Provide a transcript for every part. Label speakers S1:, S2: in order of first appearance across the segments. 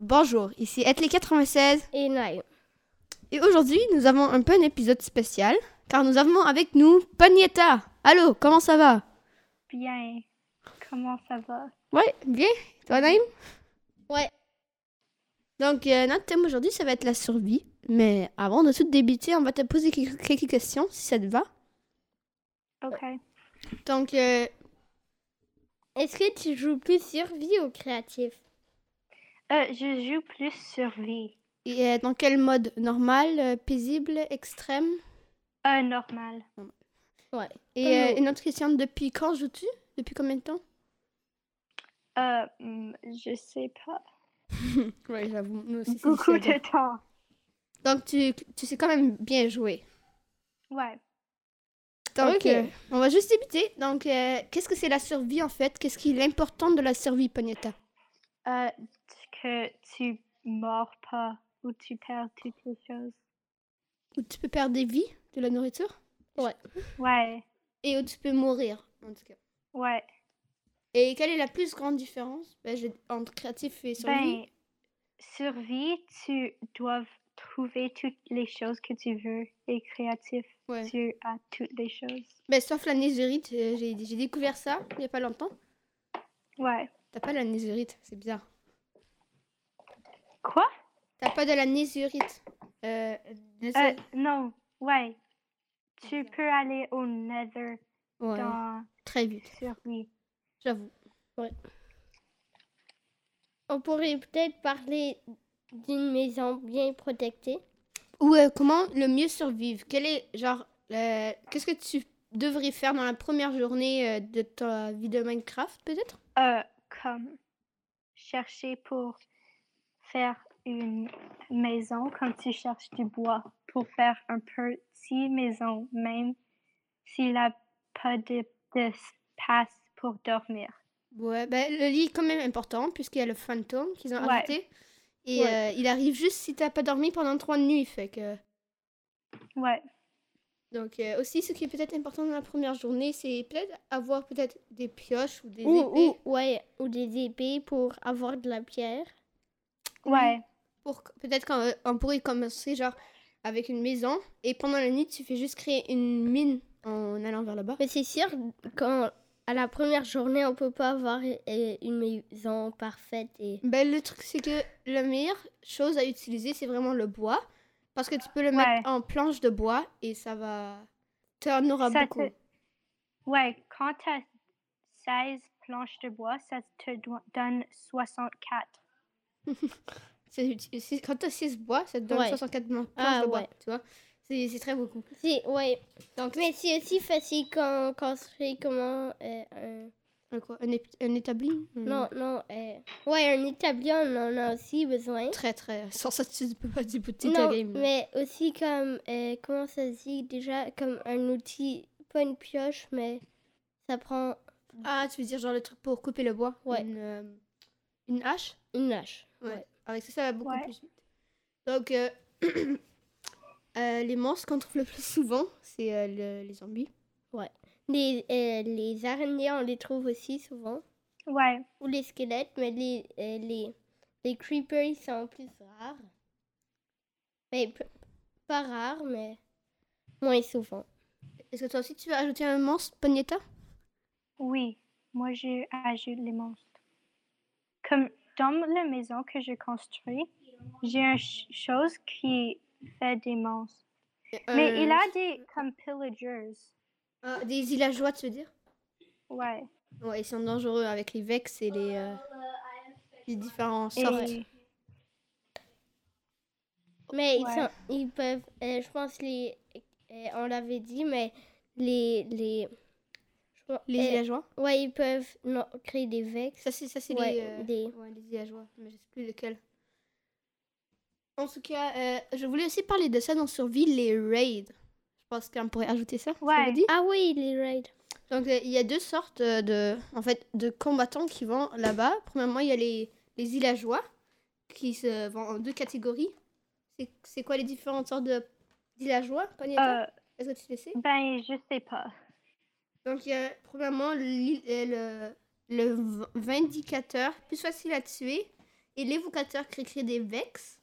S1: Bonjour, ici les 96
S2: Et Naïm.
S1: et aujourd'hui nous avons un peu un épisode spécial car nous avons avec nous Pagnetta. Allô, comment ça va
S3: Bien. Comment ça va?
S1: Ouais, bien. Toi Naïm
S2: Ouais.
S1: Donc euh, notre thème aujourd'hui ça va être la survie, mais avant de tout débuter, on va te poser quelques quelques questions si ça te va. Euh,
S3: OK.
S1: Donc euh,
S2: Est-ce que tu joues plus survie ou créatif
S3: Euh, je joue plus survie.
S1: et, euh, dans quel mode Normal, euh, paisible, extrême
S3: Euh, normal.
S2: Ouais.
S1: Et
S2: Comme
S1: euh,
S2: nous.
S1: une autre question, depuis quand joues-tu Depuis combien de temps
S3: Euh, hmm, je sais pas.
S1: Ouais, j'avoue, nous aussi c'est
S3: Beaucoup
S1: difficile.
S3: de temps.
S1: Donc tu, tu sais quand même bien jouer.
S3: Ouais.
S1: Donc,
S2: Ok.
S1: euh, on va juste débuter. Donc, euh, qu'est-ce que c'est la survie en fait Qu'est-ce qui est l'important de la survie, Pagnetta
S3: Euh, que tu mords pas ou tu perds toutes les choses.
S1: Où tu peux perdre des vies, de la nourriture,
S3: Ouais.
S1: et où tu peux mourir, en tout cas.
S3: Ouais.
S1: Et quelle est la plus grande différence ben, je- entre créatif et survie
S3: Ben, survie, tu dois trouver toutes les choses que tu veux et créatif,
S1: Ouais.
S3: tu as toutes les choses.
S1: ben, Sauf la nésérite, euh, j'ai j'ai découvert ça il n'y a pas longtemps.
S3: Ouais.
S1: T'as pas la nésérite, c'est bizarre.
S3: Quoi?
S1: T'as pas de la nésérite. Euh, le
S3: Euh,
S1: seul-
S3: non. Ouais. Tu peux aller au nether
S1: ouais,
S3: dans
S1: Très vite,
S3: survie.
S1: j'avoue.
S2: On pourrait peut-être parler d'une maison bien protectée.
S1: Ou euh, comment le mieux survivre Quel est genre euh, qu'est-ce que tu devrais faire dans la première journée euh, de ta vie de Minecraft peut-être
S3: Euh, comme chercher pour faire une maison, comme tu cherches du bois pour faire un petit maison, même s'il n'a pas de- d'espace pour dormir.
S1: Ouais, ben, le lit est quand même important puisqu'il y a le fantôme qu'ils ont
S3: Ouais.
S1: ajouté et
S2: Ouais.
S1: euh, il arrive juste si t'as pas dormi pendant trois nuits fait que
S3: Ouais,
S1: donc euh, aussi ce qui est peut-être important dans la première journée c'est peut-être avoir peut-être des pioches ou des
S2: Ou,
S1: épées
S2: ou, ouais, ou des épées pour avoir de la pierre.
S3: ouais,
S1: pour peut-être qu'on on pourrait commencer genre avec une maison et pendant la nuit tu fais juste créer une mine en allant vers là-bas.
S2: Mais c'est sûr qu'à la première journée, on peut pas avoir euh, une maison parfaite et
S1: Ben, le truc, c'est que la meilleure chose à utiliser, c'est vraiment le bois. Parce que tu peux le
S3: Ouais.
S1: mettre en planche de bois et ça va. Tu en auras
S3: Ça
S1: beaucoup.
S3: te- ouais. Quand tu as 16 planches de bois, ça te do- donne 64.
S1: C'est uti- c'est- Quand tu as 6 bois, ça te donne
S2: Ouais.
S1: 64 man- planches
S2: Ah,
S1: de bois.
S2: ouais.
S1: Tu vois C'est c'est très beaucoup.
S2: C'est, ouais.
S1: Donc,
S2: Mais c'est aussi facile quand on construit comment. euh, un-
S1: un, quoi, un, ép- un établi Hmm.
S2: Non, non. euh, Ouais, un établi, on en a aussi besoin.
S1: Très, très. Sans ça, tu ne peux pas débuter ta
S2: Non,
S1: game.
S2: mais aussi comme. euh, comment ça se dit déjà Comme un outil, pas une pioche, mais ça prend
S1: Ah, tu veux dire genre le truc pour couper le bois
S2: Ouais.
S1: Une, euh, une hache
S2: une hache.
S1: Ouais. Avec ça, ça va beaucoup
S3: Ouais.
S1: plus vite. Donc, euh, euh, les monstres qu'on trouve le plus souvent, c'est euh, le- les zombies.
S2: Les, euh, les araignées, on les trouve aussi souvent.
S3: Ouais,
S2: Ou les squelettes, mais les, euh, les, les creepers, ils sont plus rares. Mais p- pas rares, mais moins souvent.
S1: Est-ce que toi aussi, tu veux ajouter un Euh, monstre, Pagnetta
S3: Oui, moi je ajoute les monstres. Comme dans la maison que je construis, j'ai une chose qui fait des monstres. Mais il a des comme pillagers.
S1: Ah, des villageois, tu veux dire
S3: Ouais.
S1: Ouais, ils sont dangereux avec les vex et les, euh, les différents sortes.
S3: Et-
S2: Mais ils,
S3: Ouais.
S2: sont, ils peuvent, euh, je pense, les, euh, on l'avait dit, mais les. les je pense-
S1: Les
S2: euh,
S1: villageois
S2: ouais, ils peuvent non, créer des vex.
S1: Ça, c'est ça, c'est
S2: Ouais,
S1: les, euh,
S2: des-
S1: ouais, les villageois, mais je sais plus lequel. En tout cas, euh, je voulais aussi parler de ça dans Survie, les raids. Je pense qu'on pourrait ajouter ça. ça vous
S3: Ouais.
S1: dit
S2: Ah oui, les raids.
S1: Donc euh, il y a deux sortes euh, de, en fait, de combattants qui vont là-bas. Premièrement, il y a les, les villageois qui se vont en deux catégories. C'est- C'est quoi les différentes sortes de villageois, Pagnetta
S3: euh,
S1: Est-ce que tu le sais
S3: ben, je sais pas.
S1: Donc il y a premièrement l'île- euh, le, le v- vindicateur, plus facile à tuer, et l'évocateur qui crée des vex.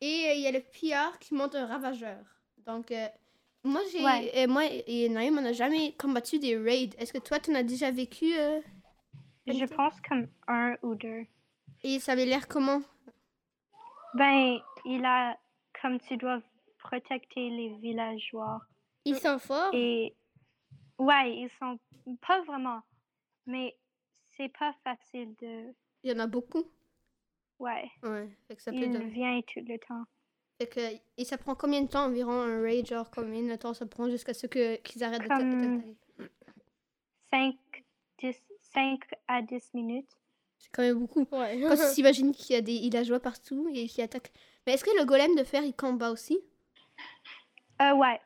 S1: Et euh, il y a le pillard qui monte un ravageur. Donc, euh, moi, j'ai,
S3: Ouais.
S1: et moi et Naïm, on n'a jamais combattu des raids. Est-ce que toi, tu en as déjà vécu euh,
S3: Je pense comme un ou deux.
S1: Et ça avait l'air comment
S3: Ben, il a comme tu dois protéger les villageois.
S2: Ils sont
S1: Oh.
S2: forts.
S3: Et ouais, ils sont pas vraiment, mais c'est pas facile de.
S1: Il y en a beaucoup.
S3: Ouais,
S1: Ouais. Fait que ça peut
S3: il
S2: Mm.
S1: donner-
S3: vient tout le temps.
S1: Fait que, et ça prend combien de temps environ un raid Genre, combien de temps ça prend jusqu'à ce que, qu'ils arrêtent de t'a-
S3: Comme-
S1: t'attaquer
S3: 5, 10, 5 à 10 minutes.
S1: C'est quand même beaucoup.
S2: Ouais.
S1: Quand tu s'imagines qu'il y a des villageois partout et qu'ils attaquent. Mais est-ce que le golem de fer, il combat aussi
S3: Euh, ouais,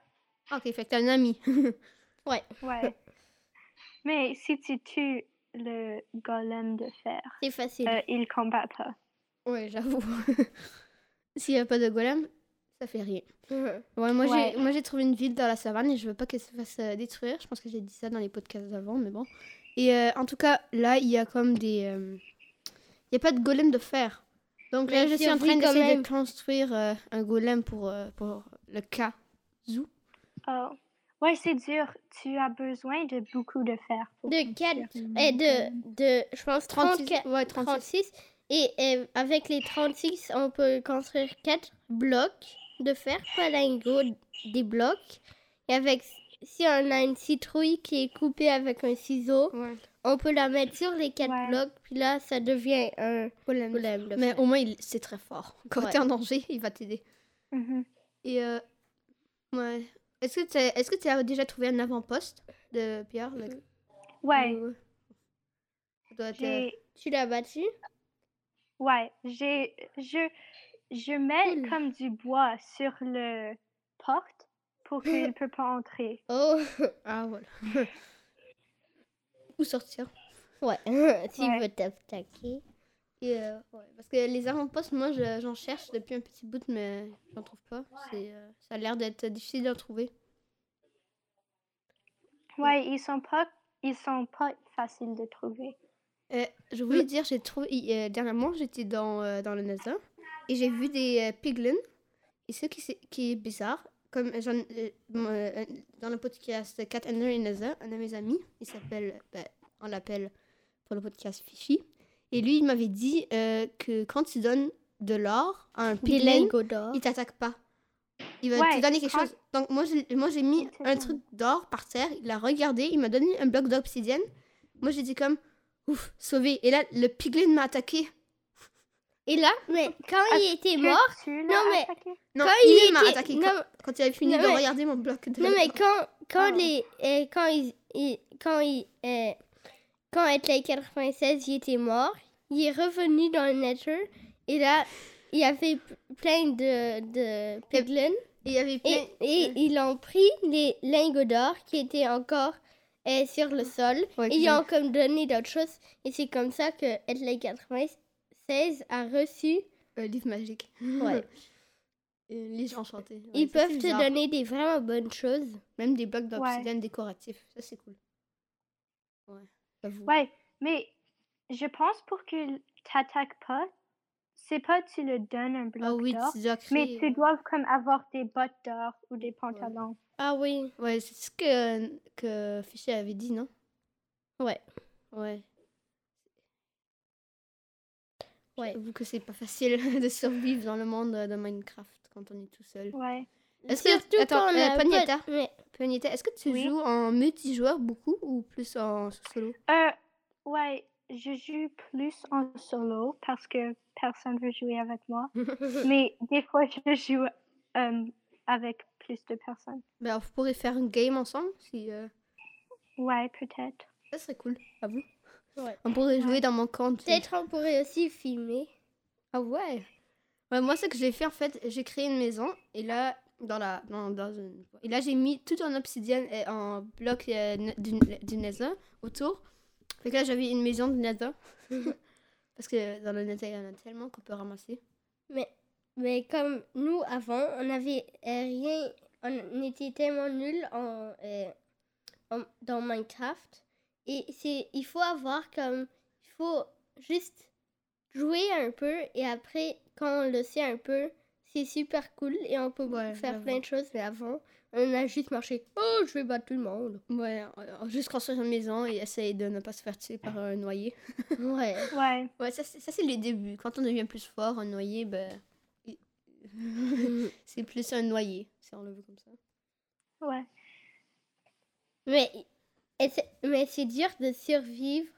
S1: Ah, Ok, fait que t'as un ami.
S3: ouais. mais si tu tues le golem de fer,
S2: C'est facile.
S3: euh, il combat pas.
S1: ouais, j'avoue. S'il n'y a pas de golem, ça fait rien. Ouais, moi
S3: Ouais.
S1: j'ai moi j'ai trouvé une ville dans la savane et je veux pas qu'elle se fasse euh, détruire. Je pense que j'ai dit ça dans les podcasts d'avant, mais bon. Et euh, en tout cas, là, il y a comme des. euh, Il y a pas de golem de fer. Donc là,
S2: Mais
S1: je
S2: si
S1: suis
S2: on
S1: en train
S2: vit quand
S1: d'essayer
S2: même.
S1: de construire euh, un golem pour, euh, pour le cas.
S3: Oh. Ouais, c'est dur. Tu as besoin de beaucoup de fer. pour
S2: De quatre-
S3: construire.
S2: Et de, de, je pense,
S1: 36,
S2: 34,
S1: ouais, 36.
S2: 36. Et euh, avec les 36, on peut construire 4 blocs de fer, pas lingots, des blocs. Et avec, si on a une citrouille qui est coupée avec un ciseau,
S1: Ouais.
S2: on peut la mettre sur les 4
S3: Ouais.
S2: blocs, puis là, ça devient un
S1: Golem.
S2: golem de
S1: Euh, Mais
S2: fer.
S1: au moins, il- c'est très fort. Quand
S2: Ouais.
S1: t'es en danger, il va t'aider.
S3: Mhm.
S1: Et euh, ouais. Est-ce que t'as- est-ce que tu as déjà trouvé un avant-poste de Pierre le-
S3: Ouais,
S1: ou- euh, Ça doit être, euh,
S3: j'ai.
S2: Tu l'as battu
S3: Ouais, j'ai je je mets
S2: Cool.
S3: comme du bois sur le porte
S2: Hmm.
S3: pour qu'il ne peut pas entrer.
S2: Oh,
S1: Ah voilà. Ou sortir.
S2: ouais. tu
S3: Ouais.
S2: veux t'attaquer.
S1: Et, euh, ouais, Parce que les avant-postes, moi je- j'en cherche depuis un petit bout, mais j'en trouve pas. C'est, euh, ça a l'air d'être difficile d'en trouver.
S3: Ouais, ils sont pas ils sont pas faciles de trouver.
S1: Euh, je voulais dire, j'ai trouvé. i- euh, dernièrement, j'étais dans, euh, dans le NASA et j'ai vu des euh, piglins. Et ce qui, s'est- qui est bizarre, comme j'en- euh, moi, euh, dans le podcast Cat Under in NASA, un de mes amis, il s'appelle. ben, on l'appelle pour le podcast Fifi. Et lui, il m'avait dit euh, que quand tu donnes de l'or à un
S2: Des
S1: piglin,
S2: lingots d'or.
S1: il t'attaque pas. Il va te
S3: Ouais,
S1: donner quelque
S3: quand-
S1: chose. Donc moi j'ai, moi j'ai mis
S3: Exactement.
S1: un truc d'or par terre, il l'a regardé, il m'a donné un bloc d'obsidienne. Moi j'ai dit comme ouf, sauvé. Et là le piglin m'a attaqué.
S2: Et là, mais quand il était
S3: Que
S2: mort,
S3: tu
S2: Non,
S3: l'as
S2: mais-
S3: attaqué?
S1: Non,
S2: Quand
S1: il,
S2: il
S1: m'a
S2: était-
S1: attaqué
S2: non,
S1: quand, quand il avait fini
S2: non,
S1: de
S2: mais-
S1: regarder mon bloc de
S2: Non mais quand quand
S3: Ah.
S2: les euh, quand ils, ils- quand ils, euh, quand Atelier 96 il était mort, il est revenu dans le nature et là il y avait p- plein de de piglins
S1: Et il y avait
S2: et,
S1: plein...
S2: et ils ont pris les lingots d'or qui étaient encore euh, sur le sol
S1: Ouais,
S2: et ils ont comme donné d'autres choses et c'est comme ça que Atelier 96 a reçu
S1: un livre magique.
S2: Ouais.
S1: Et les gens chantaient. Ouais,
S2: ils
S1: ça,
S2: peuvent
S1: c'est
S2: te
S1: bizarre.
S2: donner des vraiment bonnes choses
S1: même des blocs d'obsidienne décoratifs. Ça c'est cool. Ouais. J'avoue.
S3: Ouais, mais je pense pour qu'il t'attaque pas, c'est pas tu le donnes un bloc
S1: ah oui,
S3: d'or,
S1: tu dois
S3: mais
S1: créer.
S3: tu dois comme avoir des bottes d'or ou des pantalons.
S2: ah oui
S1: Ouais, c'est ce que, que Fichier avait dit, non
S2: Ouais.
S1: Ouais.
S2: Ouais.
S1: J'avoue que c'est pas facile de survivre dans le monde de Minecraft quand on est tout seul.
S3: Ouais.
S1: Est-ce que-
S2: Surtout
S1: attends,
S2: quand on
S1: euh,
S2: a
S1: Pagnetta.
S2: pas- mais-
S1: Pionita, est-ce que tu
S3: Oui.
S1: joues en multijoueur beaucoup ou plus en solo
S3: Euh, ouais, je joue plus en solo parce que personne veut jouer avec moi. mais des fois, je joue euh, avec plus de personnes.
S1: Ben, vous pourrez faire une game ensemble si. euh,
S3: Ouais, peut-être.
S1: Ça serait cool, à vous.
S2: Ouais.
S1: On pourrait jouer dans mon compte.
S2: Peut-être on pourrait aussi filmer.
S1: Ah ouais. Ouais, moi ce que j'ai fait en fait, j'ai créé une maison et là dans la dans, dans une- et là j'ai mis tout en obsidienne et en bloc euh, n- du, du nether autour. Fait que là j'avais une maison du nether. Parce que dans le nether il y en a tellement qu'on peut ramasser.
S2: Mais, mais comme nous, avant, on avait euh, rien. On était tellement nuls en, euh, en- dans Minecraft. Et c'est, il faut avoir comme. Il faut juste jouer un peu et après, quand on le sait un peu, c'est super cool et on peut
S1: Ouais,
S2: faire
S1: j'avoue.
S2: plein de choses. Mais avant, on a juste marché. Oh, je vais battre tout le monde.
S1: Ouais, euh, juste construire une maison et essayer de ne pas se faire tuer par un noyer.
S2: ouais.
S3: Ouais.
S1: Ouais, ça, c'est ça, c'est les débuts. Quand on devient plus fort, un noyer, ben. il- c'est plus un noyer, si on le veut comme ça.
S3: Ouais.
S2: Mais, et c'est- mais c'est dur de survivre.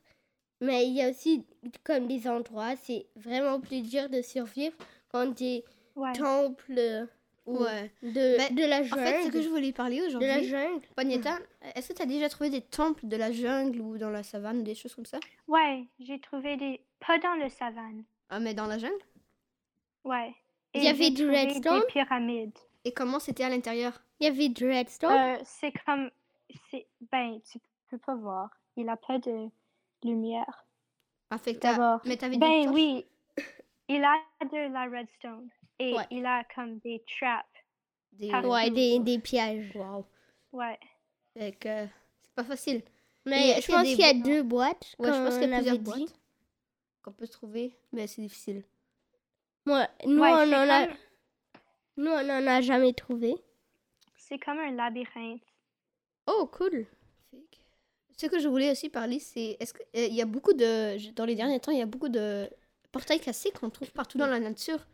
S2: Mais il y a aussi comme des endroits, c'est vraiment plus dur de survivre quand des
S3: Ouais.
S2: temples ou
S1: Ouais.
S2: de,
S1: Ben,
S2: de la
S1: En
S2: jungle.
S1: fait, ce que je voulais parler
S2: de la
S1: aujourd'hui,
S2: jungle.
S1: Pagnetta, Euh, est-ce que tu as déjà trouvé des temples de la jungle ou dans la savane ou des choses comme ça
S3: Ouais, j'ai trouvé des. Pas dans le savane.
S1: Ah, mais dans la jungle
S3: Ouais.
S2: Il
S3: Et
S2: y avait
S3: j'ai
S2: du
S3: trouvé
S2: redstone?
S3: Des pyramides.
S1: Et comment c'était à l'intérieur
S2: Il y avait du redstone.
S3: Euh, c'est comme. c'est- Ben, tu peux pas voir. Il a pas de lumière.
S1: Ah, fait que t'as-
S3: D'abord.
S1: Mais t'avais des
S3: Ben
S1: torches
S3: oui. Il a de la redstone. Et
S2: Ouais.
S3: il a comme des traps.
S1: Des...
S3: Ah
S2: ouais, des, des pièges.
S1: Waouh.
S3: Ouais.
S1: Fait que euh, c'est pas facile.
S2: Mais
S1: est-ce
S2: je
S1: qu'il y a
S2: pense
S1: des
S2: qu'il y a
S1: boîtes
S2: deux boîtes.
S1: Ouais, je pense qu'il y a plusieurs
S2: avait dit.
S1: boîtes qu'on peut trouver, mais c'est difficile.
S2: Ouais, nous,
S3: Ouais,
S2: on
S3: c'est
S2: en a,
S3: comme-
S2: nous, on en a jamais trouvé.
S3: C'est comme un labyrinthe.
S2: Oh, cool.
S1: Ce que je voulais aussi parler, c'est est-ce que euh, il y a beaucoup de je- dans les derniers temps, il y a beaucoup de portails cassés qu'on trouve partout dans la nature.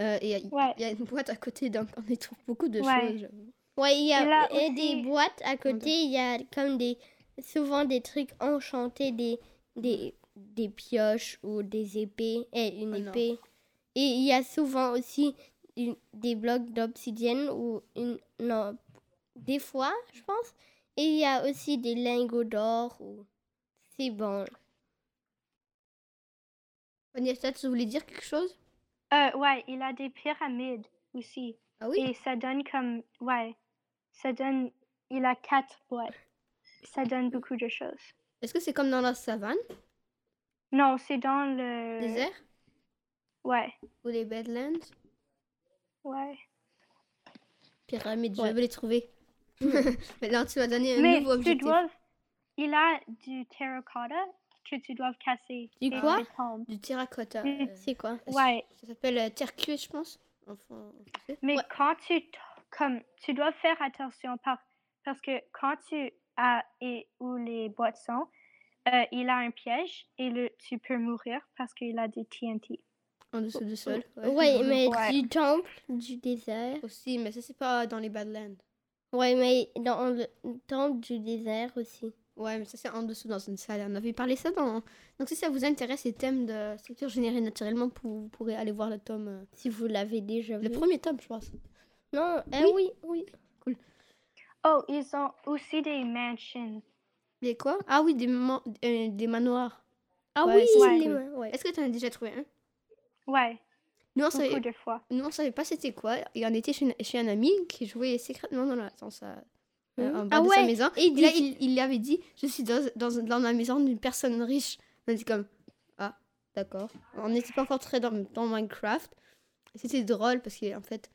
S1: Euh, et il y a-
S3: Ouais.
S1: il y a une boîte à côté, donc on y trouve beaucoup de
S3: Ouais.
S1: choses. j'avoue.
S2: Ouais, il y a,
S3: Et là
S2: et
S3: aussi-
S2: des boîtes à côté, il y a comme des souvent des trucs enchantés, des, des, des pioches ou des épées, et une
S1: Oh non.
S2: épée. Et il y a souvent aussi une- des blocs d'obsidienne ou une. Non, des fois, je pense. Et il y a aussi des lingots d'or ou. C'est bon.
S1: Vanessa, tu voulais dire quelque chose
S3: Euh, ouais, il a des pyramides aussi.
S1: Ah oui.
S3: Et ça donne comme. Ouais. Ça donne. Il a quatre boîtes. Ça donne beaucoup de choses.
S1: Est-ce que c'est comme dans la savane,
S3: Non, c'est dans le.
S1: désert
S3: Ouais.
S1: ou les Badlands
S3: Ouais.
S1: Pyramides,
S2: Ouais.
S1: je veux les trouver. Maintenant, tu vas donner un
S3: Mais
S1: nouveau
S3: tu
S1: objectif.
S3: dois. Il a du terracotta que tu dois casser.
S1: Du
S3: et
S1: quoi?
S3: des tombes.
S1: Du terracotta.
S3: Mm.
S1: euh,
S2: C'est quoi
S3: Ouais.
S1: Ça s'appelle euh, terre cuite, je pense. en fran- en français.
S3: Mais
S1: Ouais.
S3: quand tu t- comme tu dois faire attention par, parce que quand tu as et où les boîtes sont, euh, il a un piège et le tu peux mourir parce qu'il a des TNT.
S1: En dessous du sol.
S2: Ouais, mais
S3: Ouais.
S2: du temple, du désert.
S1: Aussi, mais ça, c'est pas dans les Badlands.
S2: Ouais, mais dans le temple du désert aussi.
S1: Ouais, mais ça, c'est en dessous dans une salle. On avait parlé ça dans. Donc, si ça vous intéresse, les thèmes de structure générée naturellement, pour- vous pourrez aller voir le tome. euh,
S2: Si vous l'avez déjà vu.
S1: Le premier tome, je pense.
S2: Non, eh
S1: Oui.
S2: oui, oui.
S3: Oh, ils ont aussi des mansions.
S1: Les quoi Ah oui, des, man- euh, des manoirs.
S2: Ah
S1: Ouais,
S2: oui,
S1: c'est
S3: ça,
S2: les
S1: oui.
S2: mains, ouais.
S1: Est-ce que tu en as déjà trouvé un
S3: Ouais,
S1: Nous, on savait,
S3: beaucoup de fois.
S1: nous, on savait pas c'était quoi. Et on était chez, une- chez un ami qui jouait secrètement dans, la... dans sa... euh, en
S2: Mhm.
S1: bas
S2: Ah
S1: de sa
S2: ouais,
S1: maison.
S2: Et
S1: Et là,
S2: dis-
S1: il, il avait dit Je suis dans, dans, dans la maison d'une personne riche. On a dit comme Ah, d'accord. On n'était pas encore très dans, dans Minecraft. C'était drôle parce qu'en fait,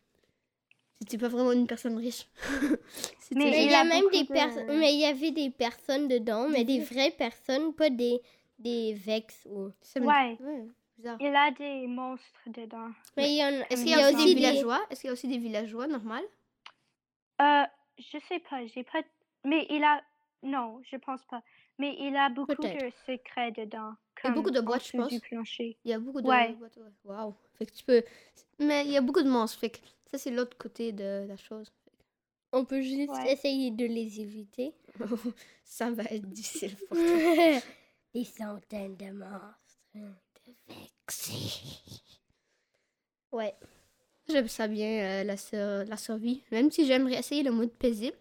S1: c'était pas vraiment une personne riche. C'était-
S3: Mais
S2: Mais il
S3: il
S2: y a
S3: a
S2: même
S3: beaucoup
S2: des
S1: euh,
S3: de-
S2: personnes. Mais il y avait des personnes dedans, mais
S1: Des
S2: des vraies personnes, pas des, des vex ou.
S1: ça me-
S3: Ouais,
S1: ouais, bizarre.
S3: il a des monstres dedans.
S2: Mais il y en
S1: Est-ce
S2: il
S1: qu'il y a aussi des
S2: des-
S1: villageois Est-ce qu'il y a aussi des villageois normal
S3: Euh, je sais pas, j'ai pas. Mais il a. Non, je pense pas. Mais il a beaucoup
S2: Peut-être.
S3: de secrets dedans.
S1: Et beaucoup
S3: comme
S1: de
S3: en
S1: boîtes, je
S3: dessous Du
S1: pense.
S3: plancher.
S1: Il y a beaucoup de
S3: Ouais.
S1: boîtes, ouais. Waouh. Fait que tu peux mais il y a beaucoup de monstres fait que ça c'est l'autre côté de la chose.
S2: On peut juste
S3: Ouais.
S2: essayer de les éviter.
S1: ça va être difficile pour toi.
S2: des centaines de monstres. Ouais.
S1: J'aime ça bien euh, la, sur- la survie, même si j'aimerais essayer le mode paisible.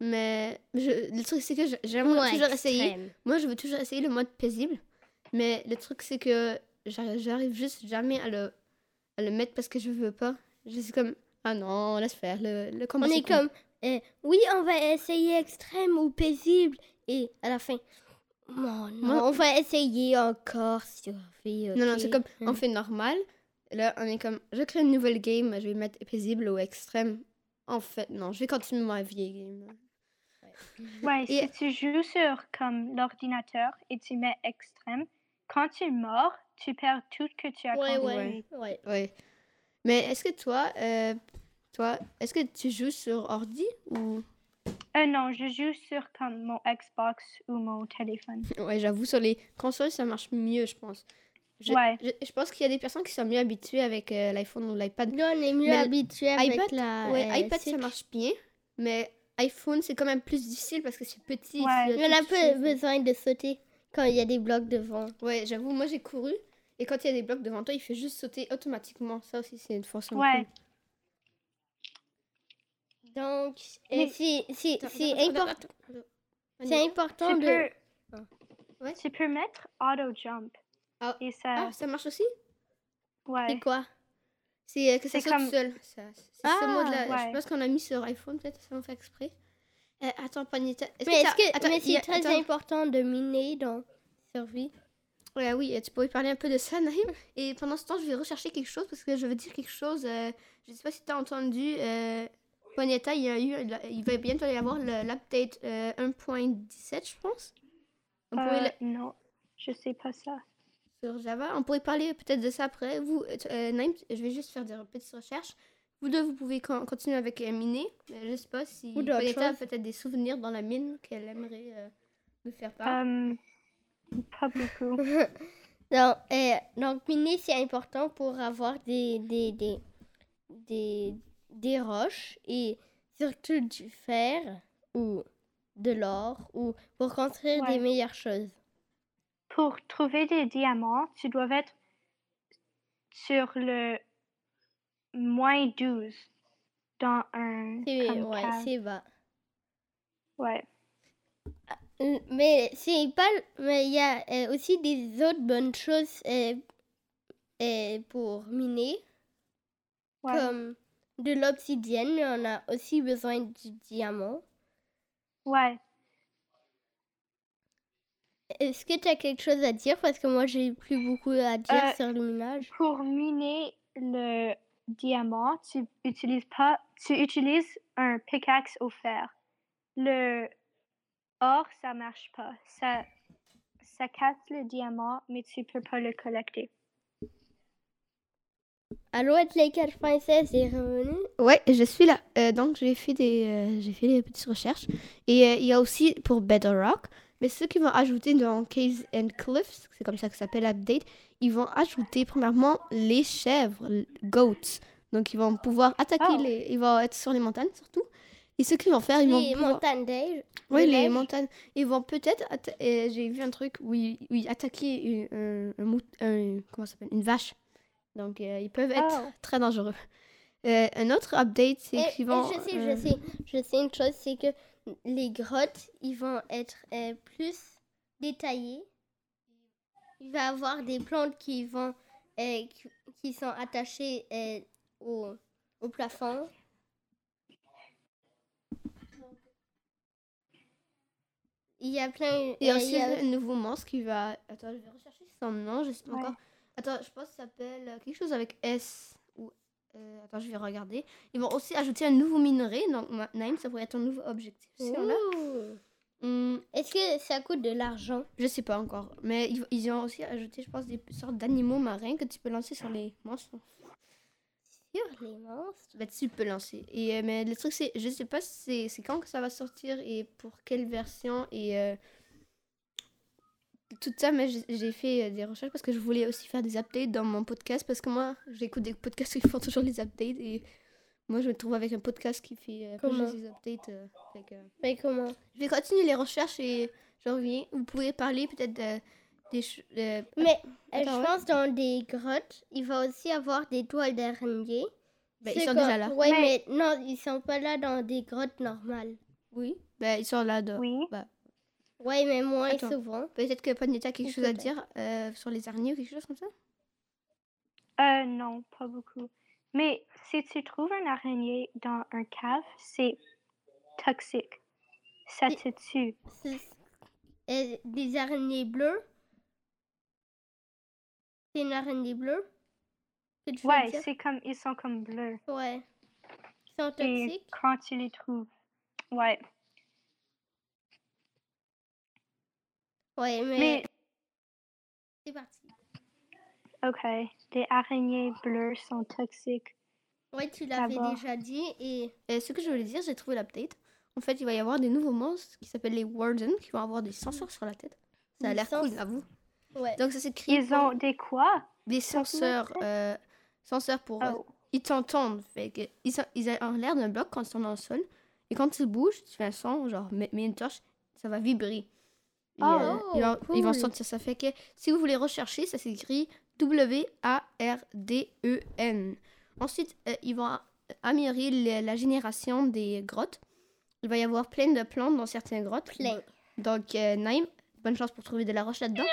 S1: Mais je- le truc, c'est que je- j'aimerais
S2: Ouais,
S1: toujours essayer.
S2: extrême.
S1: Moi, je veux toujours essayer le mode paisible. Mais le truc, c'est que j'arri- j'arrive juste jamais à le, à le mettre parce que je veux pas. Je suis comme, ah non, laisse faire. Le, le combat,
S2: On
S1: c'est
S2: est
S1: cool.
S2: comme, euh, oui, on va essayer extrême ou paisible. Et à la fin, oh non,
S1: Moi-
S2: on va essayer encore survivre.
S1: Non, non, c'est comme, on
S2: Mm.
S1: fait normal. Là, on est comme, je crée une nouvelle game, je vais mettre paisible ou extrême. En fait, non, je vais continuer ma vieille game.
S3: Ouais,
S1: Et-
S3: si tu joues sur comme l'ordinateur et tu mets extrême, Quand tu mords, tu perds tout ce que tu as
S2: Ouais,
S3: construit.
S2: ouais, ouais.
S1: Ouais. Mais est-ce que toi, euh, toi, est-ce que tu joues sur ordi ou
S3: Euh, non, je joue sur comme mon Xbox ou mon téléphone.
S1: Ouais, j'avoue sur les consoles ça marche mieux, je pense. Je,
S3: Ouais.
S1: je, je pense qu'il y a des personnes qui sont mieux habituées avec euh, l'iPhone ou l'iPad.
S2: Nous, on est mieux
S1: Mais
S2: habitués avec
S1: iPad,
S2: la.
S1: ouais,
S2: euh,
S1: iPad ça
S2: suite.
S1: marche bien, mais iPhone c'est quand même plus difficile parce que c'est petit.
S3: Ouais.
S1: tu dois
S2: Mais on a
S1: tout
S2: pas
S1: suivre.
S2: besoin de sauter quand il y a des blocs devant.
S1: Ouais, j'avoue, moi j'ai couru et quand il y a des blocs devant toi, il fait juste sauter automatiquement. Ça aussi c'est une force.
S3: Ouais.
S2: Donc,
S3: Mais-
S2: euh, c'est c'est-
S1: Attends,
S2: c'est
S1: attends,
S2: impor-
S1: attends, attends.
S2: c'est important
S3: Tu
S2: de.
S3: peux,
S1: Oh, Ah. Ouais.
S3: tu peux mettre auto jump.
S1: Ah.
S3: Et ça,
S1: Ah, ça marche aussi
S3: euh, ouais.
S2: C'est quoi
S1: C'est euh, que ça
S3: C'est
S1: saute
S3: comme-
S1: tout seul. Ça, c'est
S2: Ah,
S1: ce mot de la... Je
S3: ouais.
S1: pense qu'on a mis sur iPhone, peut-être, ça on fait exprès. Euh, attends, Panita. Est-ce
S2: Mais
S1: t'as-
S2: est-ce que
S1: attends,
S2: mais
S1: il y a-
S2: c'est très
S1: attends.
S2: important de miner dans survie
S1: Ouais, oui, euh, tu pourrais parler un peu de ça, Naïm. Et pendant ce temps, je vais rechercher quelque chose parce que je veux dire quelque chose. euh, je sais pas si tu as entendu. Euh, Panita, il, y a eu, la- il va bientôt y avoir le- l'update euh, 1.17, je pense. On pourrait
S3: Euh,
S1: la-
S3: Non, je sais pas ça.
S1: sur Java. On pourrait parler peut-être de ça après. Vous, euh, tu- euh, Naïm, je vais juste faire des petites recherches. Vous deux, vous pouvez con- continuer avec euh, Miné. Euh, je sais pas si
S2: Ou d'autres
S1: Pauletta a
S2: choses.
S1: peut-être des souvenirs dans la mine qu'elle aimerait euh, nous faire part.
S3: Euh, pas beaucoup.
S2: Non, euh, donc miner c'est important pour avoir des des, des des des roches et surtout du fer ou de l'or ou pour construire
S3: Ouais.
S2: des meilleures choses.
S3: Pour trouver des diamants, tu dois être sur le moins 12 dans un.
S2: C'est
S3: comme
S2: ouais,
S3: cave.
S2: c'est bas.
S3: ouais.
S2: Euh, Mais c'est pas mais il y a euh, aussi des autres bonnes choses euh, euh, pour miner
S3: ouais.
S2: comme de l'obsidienne, mais on a aussi besoin du diamant.
S3: Ouais.
S2: Est-ce que tu as quelque chose à dire Parce que moi, j'ai plus beaucoup à dire
S3: Euh,
S2: sur le minage.
S3: Pour miner le diamant, tu utilises pas, tu utilises un pickaxe au fer. Le or, ça marche pas. Ça, ça casse le diamant, mais tu peux pas le collecter.
S2: Allô, les 96 est revenu.
S1: Ouais, je suis là. Euh, donc, j'ai fait, des, euh, j'ai fait des petites recherches. Et euh, il y a aussi pour Bedrock. Mais ceux qui vont ajouter dans Caves and Cliffs, c'est comme ça que ça s'appelle l'update, ils vont ajouter premièrement les chèvres, l- goats. Donc, ils vont pouvoir attaquer
S3: Oh.
S1: les. Ils vont être sur les montagnes surtout. Et ce qu'ils vont faire, Ah, ils vont.
S2: Les
S1: pouvoir-
S2: montagnes d'Aige.
S1: Oui,
S2: de
S1: les
S2: neige.
S1: montagnes. Ils vont peut-être. atta- euh, J'ai vu un truc où ils, où ils attaquaient une, un- un mout- un- comment ça s'appelle Une vache. Donc, euh, ils peuvent être
S3: Oh.
S1: très dangereux. Euh, un autre update,
S2: Et-
S1: c'est
S2: et
S1: qu'ils vont.
S2: je sais,
S1: euh,
S2: je sais, je sais une chose, c'est que les grottes, ils vont être euh, plus détaillées. Il va y avoir des plantes qui vont, euh, qui, qui sont attachées euh, au, au plafond. Il y a plein.
S1: Il y a
S2: euh,
S1: aussi
S2: il y a-
S1: un nouveau monstre qui va. Attends, je vais rechercher son nom, je sais pas
S3: Ouais.
S1: encore. Attends, je pense que ça s'appelle euh, quelque chose avec S. Ou... euh, attends, je vais regarder. Ils vont aussi ajouter un nouveau minerai. Donc, Ma- Naïm, ça pourrait être un nouveau objectif. si on l'a.
S2: Oh. Ouh.
S1: Hum,
S2: Est-ce que ça coûte de l'argent
S1: je sais pas encore. Mais ils, ils ont aussi ajouté, je pense, des sortes d'animaux marins que tu peux lancer sur les monstres.
S2: sur les monstres
S1: Bah, tu peux lancer. Et, euh, mais le truc, c'est. Je sais pas si c'est- c'est quand que ça va sortir et pour quelle version et. euh, tout ça, mais j'ai- j'ai fait euh, des recherches parce que je voulais aussi faire des updates dans mon podcast parce que moi, j'écoute des podcasts qui font toujours les updates et moi, je me trouve avec un podcast qui fait euh, pas
S2: Comment
S1: juste des updates. euh, fait que-
S2: Mais comment
S1: Je vais continuer les recherches et je reviens. Vous pouvez parler peut-être de- des. ch- de- ben,
S2: Mais euh,
S1: Attends, ouais.
S2: je pense dans des grottes, il va aussi avoir des toiles d'araignée.
S1: Ben,
S2: C'est
S1: ils sont
S2: quand-
S1: déjà là.
S2: Ouais, mais...
S3: Mais-
S2: non, ils sont pas là dans des grottes normales.
S1: Oui. Ben, ils sont là. dehors.
S3: Oh, Oui.
S2: Ouais, mais moins
S1: Attends.
S2: souvent.
S1: Peut-être que Panita a quelque chose à
S2: Peut-être.
S1: dire euh, sur les araignées ou quelque chose comme ça.
S3: Euh, non, pas beaucoup. Mais si tu trouves une araignée dans un cave, c'est toxique. Ça
S2: Et-
S3: te tue.
S2: C'est- euh, des araignées bleues. C'est une araignée bleue que tu veux
S3: Ouais,
S2: dire
S3: c'est comme ils sont comme bleus.
S2: Ouais. Ils sont
S3: Et
S2: toxiques.
S3: quand tu les trouves, ouais.
S2: Ouais, mais...
S3: Mais
S2: C'est parti.
S3: Ok. Les araignées bleues sont toxiques.
S2: Ouais, tu l'avais
S3: D'abord.
S2: déjà dit et
S1: Et ce que je voulais dire, j'ai trouvé l'update. En fait, il va y avoir des nouveaux monstres qui s'appellent les Warden, qui vont avoir des senseurs sur la tête. Ça a
S2: Des
S1: l'air cool,
S2: sens-
S1: j'avoue.
S2: ouais.
S1: Donc ça s'écrit
S3: Ils ont des quoi?
S1: des senseurs, euh, senseurs pour... euh,
S3: Oh.
S1: ils t'entendent. Fait que ils, sont- ils ont l'air d'un bloc quand ils sont dans le sol. Et quand ils bougent, tu fais un son, genre mets, mets une torche, ça va vibrer. Et, euh,
S3: Oh,
S1: ils, vont, ils vont
S2: Ah, cool.
S1: sentir ça. Fait que si vous voulez rechercher, ça s'écrit W-A-R-D-E-N. E Ensuite, euh, ils vont a- améliorer le- la génération des grottes. Il va y avoir plein de plantes dans certaines grottes.
S2: Plein.
S1: Donc, euh, Naïm, bonne chance pour trouver de la roche là-dedans.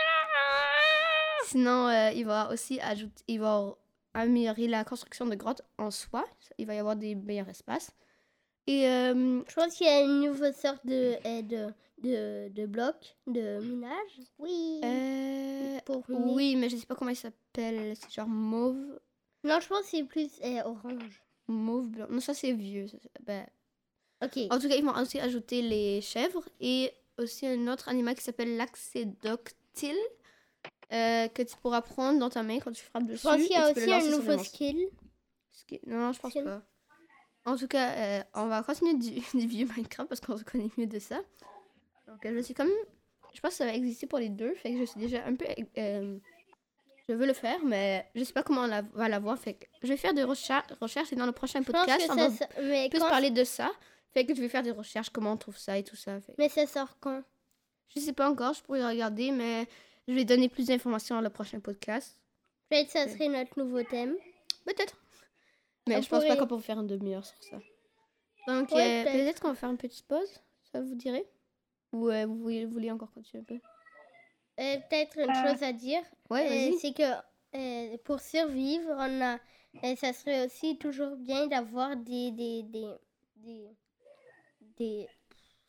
S1: Sinon, euh, il va aussi ajouter, il va améliorer la construction de grottes en soi. Il va y avoir des meilleurs espaces. Et euh,
S2: Je pense qu'il y a une nouvelle sorte de, euh, de, de, de bloc de minage. Oui.
S1: euh,
S2: pour miner.
S1: oui, mais je sais pas comment il s'appelle. C'est genre mauve,
S2: Non, je pense que c'est plus euh, orange.
S1: mauve blanc. Non, ça c'est vieux. ça, c'est- ben,
S2: Ok.
S1: En tout cas, ils vont aussi ajouter les chèvres et aussi un autre animal qui s'appelle l'axédoctyle euh, que tu pourras prendre dans ta main quand tu frappes dessus.
S2: je pense qu'il y a
S1: et tu peux
S2: aussi
S1: le lancer sur
S2: un
S1: des
S2: nouveau
S1: monstres.
S2: skill.
S1: Ce qui- Non, non, je pense
S2: Skill.
S1: pas. En tout cas, euh, on va continuer du, du vieux Minecraft parce qu'on se connaît mieux de ça. Donc, euh, je suis quand même. Je pense que ça va exister pour les deux, fait que je suis déjà un peu. euh, je veux le faire, mais je sais pas comment on la- va l'avoir. Fait que je vais faire des recherches, recherches et dans le prochain
S2: Je pense que
S1: podcast, on va
S2: ça, sort- mais,
S1: plus
S2: quand-
S1: parler de ça. Fait que je vais faire des recherches, comment on trouve ça et tout ça. Fait que-
S2: mais ça sort quand
S1: Je sais pas encore, je pourrais regarder, mais je vais donner plus d'informations dans le prochain podcast.
S2: Peut-être ça serait notre nouveau thème.
S1: Peut-être. Mais
S2: On
S1: je pense pas
S2: pourrait-
S1: qu'on peut faire une demi-heure sur ça. Donc,
S2: Ouais,
S1: euh,
S2: peut-être.
S1: peut-être qu'on va faire une petite pause, ça vous dirait Ou euh, vous voulez, vous voulez encore continuer un peu
S2: Euh, Peut-être une
S3: Euh,
S2: chose à dire.
S1: Ouais,
S2: Euh,
S1: vas-y.
S2: c'est que euh, pour survivre, on a, euh, ça serait aussi toujours bien d'avoir des des des des, des,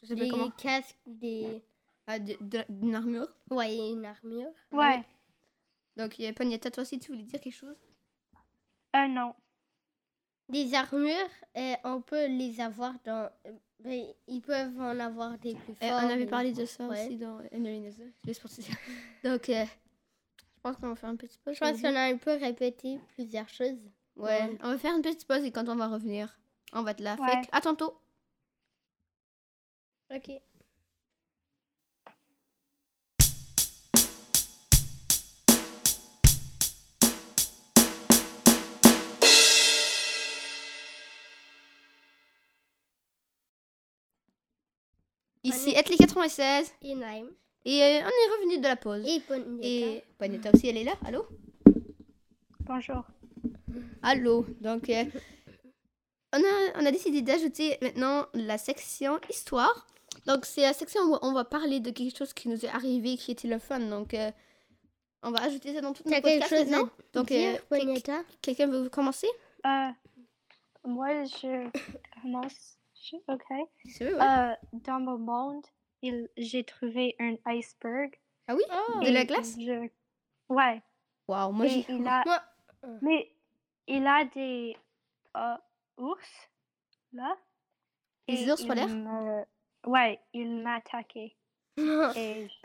S1: Je sais pas
S2: des
S1: comment.
S2: casques, des
S1: Ah, de- de- d'une armure.
S2: ouais une armure.
S3: Ouais.
S1: Donc, euh, Pagnetta, toi aussi, tu voulais dire quelque chose
S3: Euh, non.
S2: Des armures, euh, on peut les avoir dans. euh, ben, ils peuvent en avoir des plus
S1: Euh,
S2: forts.
S1: On avait
S2: des-
S1: parlé de ça
S2: ouais.
S1: aussi dans euh, Angelina Jolie. Je laisse pour ça. Donc, euh, je pense qu'on va faire une petite pause.
S2: Je pense qu'on a un peu répété plusieurs choses.
S1: Ouais, on va faire une petite pause et quand on va revenir, on va te la
S3: Ouais.
S1: faire. À tantôt
S2: Ok.
S1: Ici, être les 96
S2: Et Naïm.
S1: et euh, on est revenu de la pause.
S2: Et Ponita.
S1: Et Panetta aussi, elle est là. Allô
S3: Bonjour.
S1: Allô. Donc, euh, on, a, on a décidé d'ajouter maintenant la section histoire. Donc, c'est la section où on va parler de quelque chose qui nous est arrivé, qui était le fun. Donc, euh, on va ajouter ça dans tout
S2: T'as
S1: notre
S2: quelque
S1: podcast
S2: chose à
S1: maintenant. Donc, euh,
S2: Dire,
S1: quel-
S2: Ponita.
S1: quelqu'un veut commencer
S3: Euh, moi, je commence. Je- Ok.
S1: C'est vrai,
S3: Euh, dans mon monde, il- j'ai trouvé un iceberg.
S1: Ah oui De
S3: et
S1: la glace
S3: je- Ouais.
S2: Euh,
S1: Waouh, moi
S3: et
S1: j'ai...
S3: il a...
S2: Moi- euh.
S3: Mais il a des euh, ours, là.
S1: Des
S3: et
S1: ours
S3: il
S1: polaires
S3: me- Ouais, il m'a attaqué. et
S1: Ah,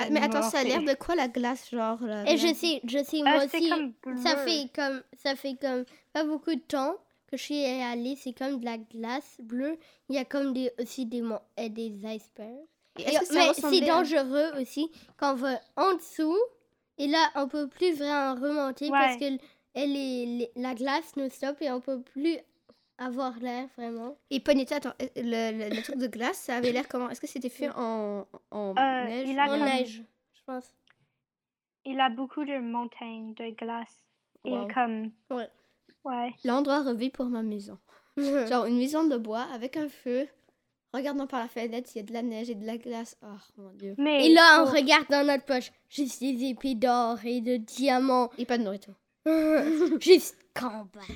S3: je
S1: mais attends,
S3: m'en
S1: ça a l'air de
S3: fais.
S1: quoi la glace, genre la- la-
S2: Et je sais, je sais,
S3: Euh,
S2: moi
S3: c'est
S2: aussi.
S3: comme
S2: Ça
S3: bleu.
S2: fait comme ça fait comme pas beaucoup de temps que je suis allée, c'est comme de la glace bleue. Il y a comme des aussi des mon- euh, des icebergs.
S1: Est-ce que
S2: Et- mais
S1: ça
S2: c'est
S1: ressemblait à-
S2: dangereux aussi quand on va en dessous et là on peut plus vraiment remonter
S3: Ouais.
S2: parce que l- elle est, les- la glace nous stoppe et on peut plus avoir l'air vraiment.
S1: Et Panetta, attends, euh, le, le- le truc de glace, ça avait l'air comment Est-ce que c'était fait en, en
S3: Euh,
S1: neige
S3: il
S1: ou en-
S3: a
S2: En
S3: comme-
S2: neige, je pense.
S3: Il a beaucoup de montagnes de glace. Et
S1: Wow.
S3: comme.
S2: Ouais.
S3: Ouais.
S1: L'endroit rêvé pour ma maison. Genre une maison de bois avec un feu. Regardant par la fenêtre, il y a de la neige et de la glace. Oh mon dieu.
S3: Mais
S2: Et là on
S3: pour-
S2: regarde dans notre poche, juste des épées d'or et de diamants.
S1: Et pas de nourriture.
S2: Juste combattre.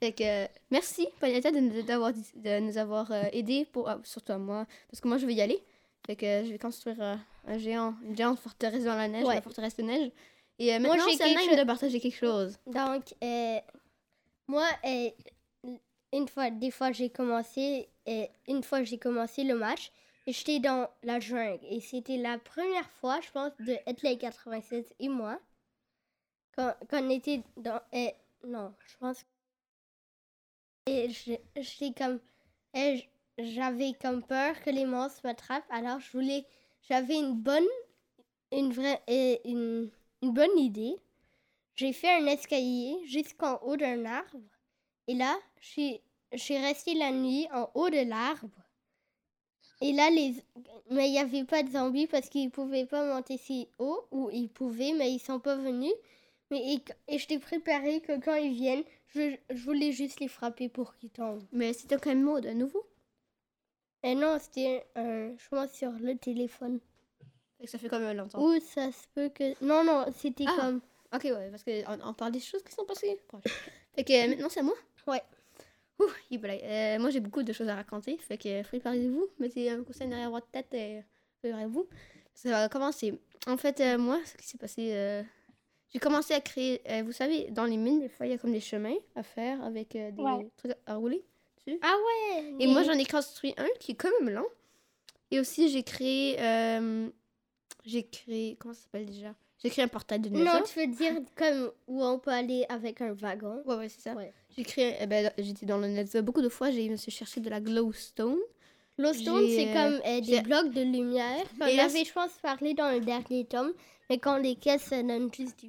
S1: Fait que euh, merci Panetta de, nous- d'avoir dit- de nous avoir euh, aidés, pour, ah, surtout à moi, parce que moi je vais y aller. Fait que euh, je vais construire euh, un géant, une géante forteresse dans la neige,
S2: Ouais.
S1: la forteresse de neige. Et euh,
S2: Moi,
S1: maintenant
S2: j'ai
S1: c'est à
S2: quelque
S1: Naïm
S2: chose-
S1: de partager quelque chose.
S2: Donc, euh, moi, euh, une fois, des fois, j'ai commencé, euh, une fois, j'ai commencé le match et j'étais dans la jungle. Et c'était la première fois, je pense, de Hetley 96 et moi Quand, quand on était dans. eh, non, je pense. Et j'ai- j'ai comme. eh, j'avais comme peur que les monstres m'attrapent, alors je voulais. J'avais une bonne. Une vraie. eh, une, une bonne idée. J'ai fait un escalier jusqu'en haut d'un arbre. Et là, j'ai j'ai resté la nuit en haut de l'arbre. Et là, les... mais il n'y avait pas de zombies parce qu'ils ne pouvaient pas monter si haut, ou ils pouvaient, mais ils sont pas venus. Mais et, et je t'ai préparé que quand ils viennent, je, je voulais juste les frapper pour qu'ils tombent.
S1: Mais c'était quand même mot de nouveau.
S2: Et non, c'était un choix sur le téléphone.
S1: Fait que ça fait quand même longtemps.
S2: Ou ça se peut que... Non, non, c'était
S1: Oh. Ah.
S2: comme...
S1: Ok, ouais, parce qu'on on parle des choses qui sont passées. proches. fait que euh, maintenant, c'est à moi
S2: Ouais.
S1: Ouh, il blague. Euh, moi, j'ai beaucoup de choses à raconter. Fait que euh, préparez-vous. Mettez un coussin derrière votre tête et préparez-vous. Ça va commencer. En fait, euh, moi, ce qui s'est passé. euh, j'ai commencé à créer. euh, vous savez, dans les mines, des fois, il y a comme des chemins à faire avec euh, des
S3: Ouais.
S1: trucs à rouler dessus.
S2: Ah ouais
S1: Et moi, j'en ai construit un qui est quand même lent. Et aussi, j'ai créé. euh, j'ai créé. Comment ça s'appelle déjà J'ai créé un portail de
S2: Non,
S1: dinosaures.
S2: tu veux dire comme où on peut aller avec un wagon.
S1: Ouais, ouais, c'est ça.
S2: Ouais.
S1: J'ai créé. eh ben, j'étais dans le net beaucoup de fois. J'ai je me suis cherché de la glowstone.
S2: Glowstone,
S1: J'ai,
S2: c'est
S1: euh,
S2: comme euh, des
S1: j'ai-
S2: blocs de lumière. On
S1: Et là,
S2: avait, je pense, parlé dans le dernier tome, mais quand les caisses, ça donne juste du...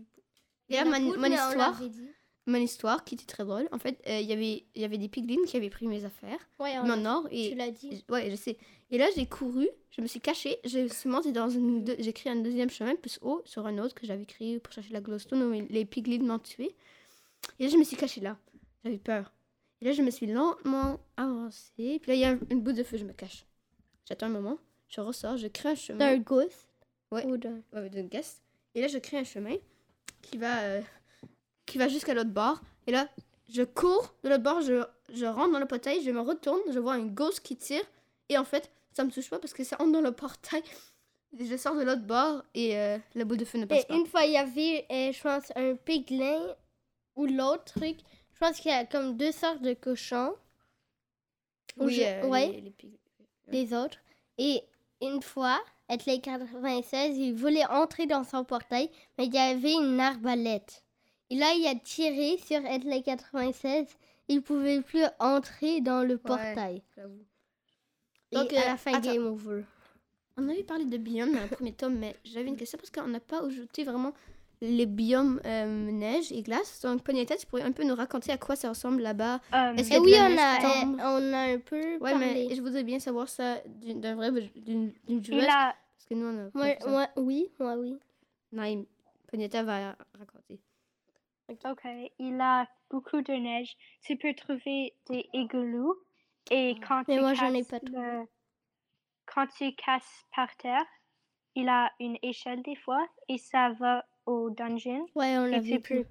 S1: Et là,
S2: de la
S1: mon,
S2: poudre,
S1: mon
S2: mais on
S1: histoire,
S2: l'avait dit.
S1: mon histoire qui était très drôle. En fait, euh, il y avait, il y avait des piglins qui avaient pris mes affaires,
S2: Ouais, on
S1: mon or
S2: Ah, Tu
S1: et
S2: l'as dit.
S1: ouais, je sais. Et là, j'ai couru, je me suis cachée, je suis montée dans une, deux- j'ai créé un deuxième chemin plus haut sur un autre que j'avais créé pour chercher la glowstone où les piglins m'ont tué. Et là, je me suis cachée là. J'avais peur. Et là, je me suis lentement avancée. Puis là, il y a un- une boule de feu, je me cache. J'attends un moment, je ressors, je crée un chemin.
S2: D'un ghost.
S1: Ouais.
S2: Ou d'un...
S1: ouais, de guest. Et là, je crée un chemin qui va, euh, qui va jusqu'à l'autre bord. Et là, je cours de l'autre bord, je, je rentre dans le portail, je me retourne, je vois une gauche qui tire. Et en fait, ça me touche pas parce que ça entre dans le portail. Je sors de l'autre bord et euh, la boule de feu ne passe
S2: Et
S1: pas.
S2: une fois, il y avait, euh, je pense, un piglin ou l'autre truc. Je pense qu'il y a comme deux sortes de cochons,
S1: Oui,
S2: je-
S1: euh,
S2: ouais.
S1: les- les pig-
S2: des autres. Et une fois, avec les 96, il voulait entrer dans son portail, mais il y avait une arbalète. Et là, il a tiré sur les 96. Il pouvait plus entrer dans le portail.
S1: j'avoue.
S2: Donc,
S1: Donc,
S2: à
S1: euh,
S2: la fin,
S1: attends.
S2: game over.
S1: On avait parlé de biomes dans le premier tome, mais j'avais une question parce qu'on n'a pas ajouté vraiment les biomes euh, neige et glace. Donc, Ponyta, tu pourrais un peu nous raconter à quoi ça ressemble là-bas
S3: Um,
S1: Est-ce que-
S2: Et
S1: de
S2: oui,
S1: la
S2: on
S1: neige
S2: a,
S1: qui
S2: euh,
S1: tombe.
S2: on a un peu
S1: Ouais,
S2: parlé.
S1: mais je voudrais bien savoir ça d'une- d'un vrai d'une d'une
S3: il
S1: joueuse.
S3: a,
S1: Parce que nous, on a.
S2: Moi,
S1: pas ça.
S2: moi, oui, moi, oui.
S1: Naïm, Pognetta va raconter.
S3: ok, il a beaucoup de neige. Tu peux trouver des igloos et quand
S2: Ah. Mais
S3: tu
S2: moi, j'en ai
S3: casses
S2: pas trouvé.
S3: le- quand tu casses par terre, il a une échelle des fois et ça va au dungeon.
S2: Ouais, on
S3: Et
S2: l'a
S3: tu
S2: vu.
S3: peux,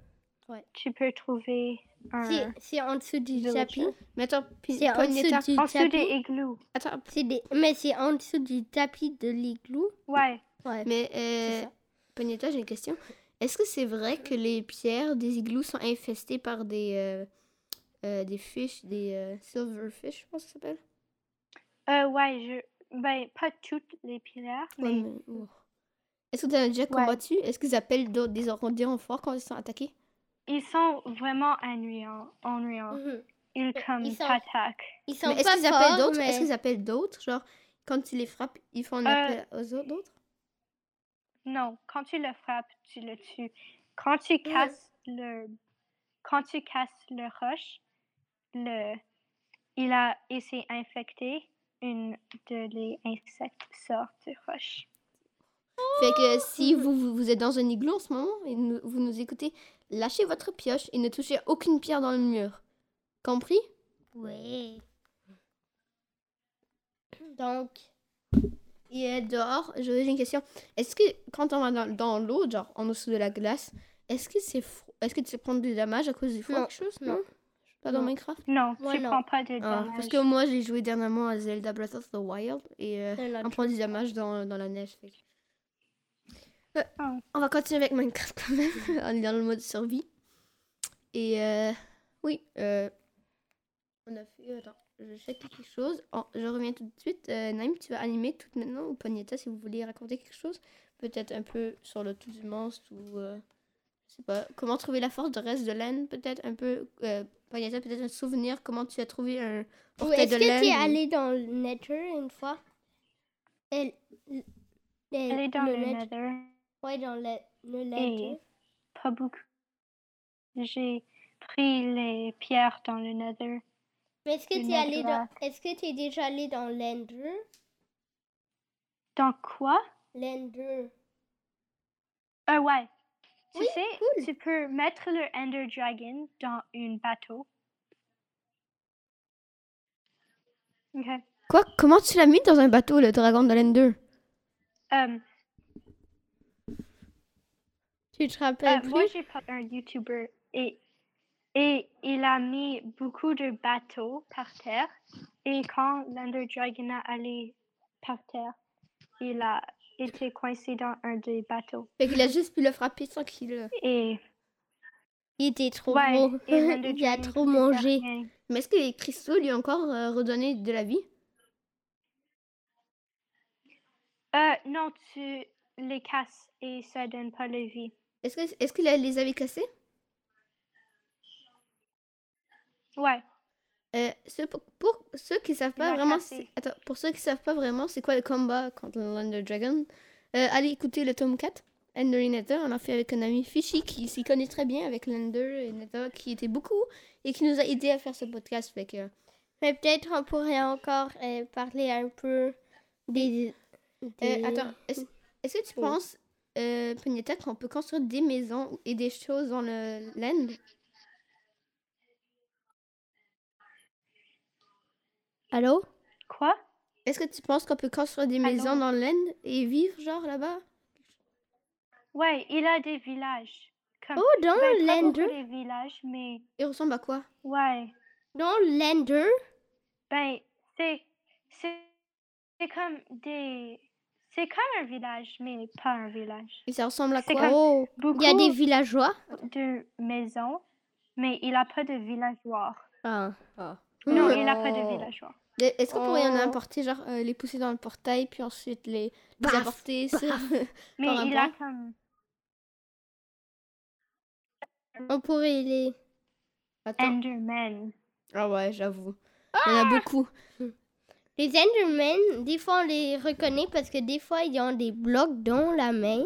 S2: Ouais.
S3: tu peux trouver un
S2: C'est c'est en dessous du
S3: villager.
S2: tapis.
S1: Mais attends, P-
S2: C'est en
S1: Pognetta.
S2: dessous du
S3: En dessous des
S2: tapis.
S3: igloos.
S1: Attends,
S2: C'est des- Mais c'est en dessous du tapis de l'igloo.
S3: Ouais.
S2: Ouais.
S1: mais
S2: C'est
S1: euh,
S2: ça.
S1: Pognetta, j'ai une question. Est-ce que c'est vrai que les pierres des igloos sont infestées par des. euh, euh, des fish, des euh, silverfish, je pense que ça s'appelle.
S3: Euh, ouais, je... ben, pas toutes les pierres, mais
S1: Ouais, mais- ouh. Est-ce que tu as déjà combattu Est-ce qu'ils appellent d'autres- des or- des renforts quand ils sont attaqués
S3: ils sont vraiment ennuyants. ennuyants.
S2: Mhm.
S3: Ils comme
S2: ils sont-
S3: t'attaquent.
S2: Ils sont
S1: Mais
S2: pas
S1: Est-ce qu'ils appellent
S2: forts,
S1: d'autres
S2: mais-
S1: Est-ce qu'ils appellent d'autres Genre, quand ils les frappent, ils font un
S3: Euh,
S1: appel aux autres d'autres
S3: Non, quand tu le frappes, tu le tues. Quand tu casses le, quand tu casses le roche, le, il a, il s'est infecté une de les insectes sortent du roche.
S1: Fait que si
S2: Oh.
S1: vous, vous, vous êtes dans un igloo en ce moment et nous- vous nous écoutez, lâchez votre pioche et ne touchez aucune pierre dans le mur. Compris
S2: Ouais. Donc,
S1: Et euh, dehors, j'ai j'ai une question. Est-ce que quand on va dans, dans l'eau, genre en dessous de la glace, est-ce que c'est fro- est-ce que tu prends du dommage à cause du froid
S2: Non,
S1: quelque chose
S2: non.
S1: Pas dans
S2: Non.
S1: Minecraft
S3: Non,
S2: Moi,
S3: tu
S2: non.
S3: prends pas de
S1: Ah,
S3: dommages.
S1: Parce que moi j'ai joué dernièrement à Zelda Breath of the Wild et euh,
S2: c'est
S1: On
S2: notre-
S1: prend du dommage dans, dans la neige. fait que- Euh,
S3: Oh.
S1: On va continuer avec Minecraft quand même. on est dans le mode survie. Et euh, oui, euh, on a fait. Attends, je check quelque chose. Oh, je reviens tout de suite. Euh, Naïm, tu vas animer tout maintenant ou Pognetta si vous voulez raconter quelque chose. Peut-être un peu sur le tout du monstre ou. euh, je sais pas, comment trouver la force de reste de laine, peut-être un peu. Euh, Vanessa, peut-être un souvenir, comment tu as trouvé un
S2: Ou
S1: portrait
S2: est-ce
S1: de
S2: que
S1: laine.
S2: tu es
S1: ou-
S2: allé dans le Nature une fois Elle, elle-
S3: Elle est dans
S2: le
S3: le
S2: Nature-
S3: nether.
S2: Ouais, dans le, le
S3: Et
S2: Nature.
S3: pas beaucoup. J'ai pris les pierres dans le nether.
S2: Mais est-ce que
S3: le
S2: tu es allé dans.
S3: Netherrack.
S2: Est-ce que tu es déjà allé dans l'Ender
S3: Dans quoi?
S2: L'Ender.
S3: Ah ouais. Tu
S2: Oui,
S3: sais,
S2: cool.
S3: tu peux mettre le Ender Dragon dans un bateau. Ok.
S1: Quoi Comment tu l'as mis dans un bateau, le dragon de laine 2
S3: Um,
S2: Tu te
S3: euh,
S2: rappelles
S3: moi,
S2: plus
S3: j'ai pas un YouTuber et, et il a mis beaucoup de bateaux par terre. Et quand l'Ender Dragon a allé par terre, il a été coincé dans un des bateaux.
S1: Fait qu'il a juste pu le frapper sans qu'il. euh,
S3: Et,
S2: Il était trop
S3: ouais,
S2: gros.
S3: et l'Ender
S2: Il a
S3: Dragon
S2: trop
S3: pouvait faire
S2: mangé.
S3: rien.
S1: Mais est-ce que les cristaux lui ont encore euh, redonné de la vie
S3: Euh, non, tu les casses et ça donne pas la vie.
S1: Est-ce que est-ce qu'il a- les avait cassés
S3: Ouais.
S1: Euh, ce- pour, pour ceux qui savent pas
S3: l'a
S1: vraiment,
S3: cassé.
S1: c'est- attends, pour ceux qui savent pas vraiment, c'est quoi le combat contre l'Ender Dragon euh, Allez écouter le tome 4, Ender et Nether. On l'a fait avec un ami Fishy qui s'y connaît très bien avec l'Ender et Nether, qui était beaucoup et qui nous a aidé à faire ce podcast. Fait que,
S2: Mais peut-être on pourrait encore euh, parler un peu des.
S1: Euh,
S2: des-
S1: attends, est-ce est-ce que tu
S2: Oui.
S1: penses, euh, Pugnetta, qu'on peut construire des maisons et des choses dans le l'End
S2: Allô
S3: Quoi?
S1: Est-ce que tu penses qu'on peut construire
S2: Ah
S1: des
S3: Allô
S1: maisons dans l'End et vivre genre là-bas
S3: Ouais, il a des villages. Comme,
S2: Oh, dans
S3: ben, pas beaucoup
S2: l'Ender
S3: des villages, mais
S1: Il ressemble à quoi
S3: ouais.
S2: Dans l'Ender
S3: Ben, c'est, c'est, c'est comme des, c'est comme un village, mais pas un village.
S1: Et ça ressemble à
S3: C'est
S1: quoi
S3: comme-
S2: Oh
S3: Beaucoup
S2: Il y a des villageois
S3: de maisons, mais il a pas de villageois.
S2: Ah.
S3: Non, il a pas de
S2: Oh.
S3: villageois.
S1: Mais Est-ce qu'on pourrait en
S2: Oh.
S1: importer, genre euh, les pousser dans le portail, puis ensuite les, les
S2: Paf,
S1: apporter sur...
S3: Mais
S1: Par un
S3: il a comme,
S2: On pourrait les.
S1: Attends.
S3: Enderman.
S1: Ah ouais, j'avoue. Il y en a
S2: Ah!
S1: beaucoup.
S2: Les Endermen, des fois on les reconnaît parce que des fois ils ont des blocs dans la main,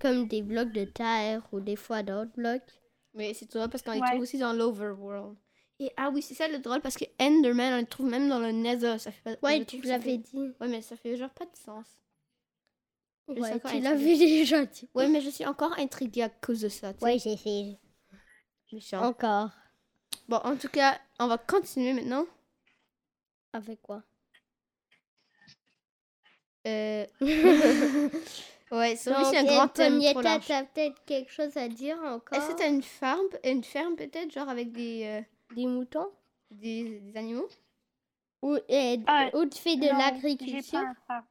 S2: comme des blocs de terre ou des fois d'autres blocs.
S1: Mais c'est drôle parce qu'on les
S3: Ouais.
S1: trouve aussi dans l'Overworld. Et ah oui, c'est ça le drôle parce que Enderman, on les trouve même dans le Nether. Ça fait pas... je
S2: Ouais,
S1: trouve
S2: tu
S1: que ça fait-
S2: l'avais dit.
S1: Ouais, mais ça fait genre pas de sens. Je suis
S2: Ouais,
S1: encore
S2: tu
S1: intriguée.
S2: l'avais déjà dit.
S1: Ouais, mais je suis encore intriguée à cause de ça. tu sais.
S2: Ouais, j'ai fait
S1: Méchant.
S2: encore.
S1: Bon, en tout cas, on va continuer maintenant.
S2: Avec quoi
S1: Euh... ouais, c'est vrai que
S2: Donc,
S1: c'est un
S2: euh,
S1: grand thème
S2: Pognetta,
S1: trop large.
S2: t'as peut-être quelque chose à dire encore
S1: Est-ce que t'as une ferme, une ferme peut-être, genre avec des... euh,
S2: Des moutons
S1: des, des animaux.
S2: ou, euh,
S3: Ah,
S2: ou tu fais de
S3: Non, J'ai pas
S2: l'agriculture
S3: un phare.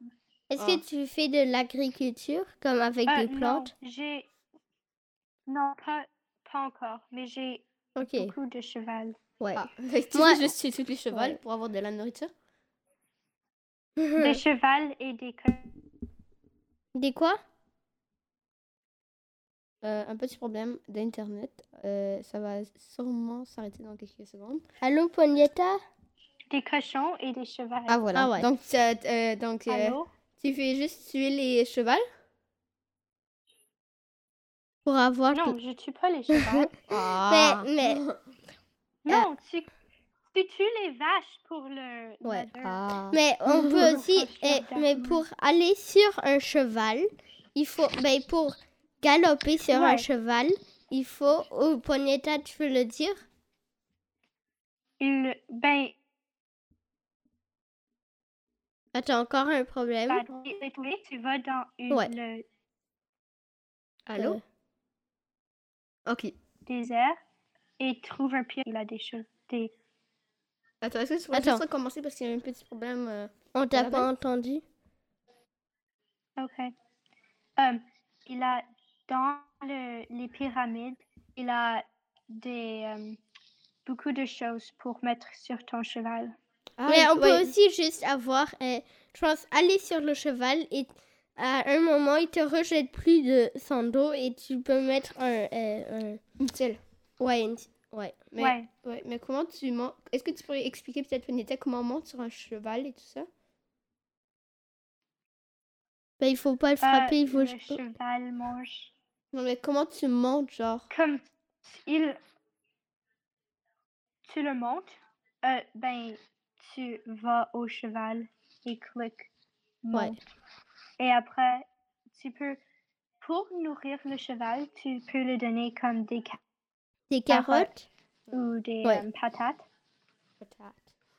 S2: Est-ce
S1: Ah.
S2: que tu fais de l'agriculture comme avec
S3: Euh,
S2: des plantes
S3: Non, j'ai, non, pas, pas encore, mais j'ai
S2: Ok,
S3: beaucoup de cheval.
S2: ouais.
S1: Ah, effectivement,
S2: Moi-
S1: je suis tous les chevaux
S2: Ouais.
S1: pour avoir de la nourriture.
S3: Des
S2: Mmh.
S3: chevals et des co-
S2: des quoi
S1: Euh, un petit problème d'internet. Euh, ça va sûrement s'arrêter dans quelques secondes.
S2: Allô, Pognetta
S3: des cochons et des chevals.
S1: Ah voilà.
S2: Ah ouais.
S1: Donc, ça- euh, donc euh,
S3: Allô?
S1: tu fais juste tuer les chevaux.
S2: Pour avoir.
S3: Non, je tue pas les chevals.
S1: Ah.
S2: mais-
S3: non, tu, tu tues les vaches pour le.
S2: Ouais.
S3: leather.
S1: Ah.
S2: Mais on peut
S1: Oh,
S2: aussi,
S3: Je suis
S2: eh, mais
S3: d'accord.
S2: pour aller sur un cheval, il faut, ben pour galoper sur un
S3: Ouais.
S2: cheval, il faut, ou Pognetta, tu veux le dire
S3: Il, ben,
S2: Ah, T'as encore un problème
S3: bah, tu les trouves, tu vas dans une,
S2: Ouais.
S3: le
S1: Allô. Ok.
S3: désert et trouve un pied. Il a des chevaux. Des...
S1: Attends, est-ce que tu pourrais
S2: Attends.
S1: juste recommencer parce qu'il y a un petit problème. euh,
S2: On t'a
S1: la
S2: pas entendu
S3: Ok. Um, il a dans le, les pyramides, il a des um, beaucoup de choses pour mettre sur ton cheval.
S1: Ah,
S2: Mais on peut
S1: ouais.
S2: euh, aussi juste avoir, eh, je pense, aller sur le cheval et à un moment, il te rejette plus de son dos et tu peux mettre un. euh,
S1: Une selle.
S2: un- Ouais, une- ouais.
S1: Mais,
S3: Ouais.
S1: ouais, mais comment tu montes Est-ce que tu pourrais expliquer peut-être, Vanessa, comment on monte sur un cheval et tout ça
S2: Ben, il faut pas le frapper,
S3: Euh,
S2: il faut.
S3: le cheval mange.
S1: Non, mais comment tu montes, genre
S3: Comme il. Tu le montes, euh, ben, tu vas au cheval et clique.
S2: Ouais.
S3: Monte. Et après, tu peux. Pour nourrir le cheval, tu peux le donner comme des ca-
S2: Des carottes,
S3: ou des
S2: Ouais.
S3: euh, patates.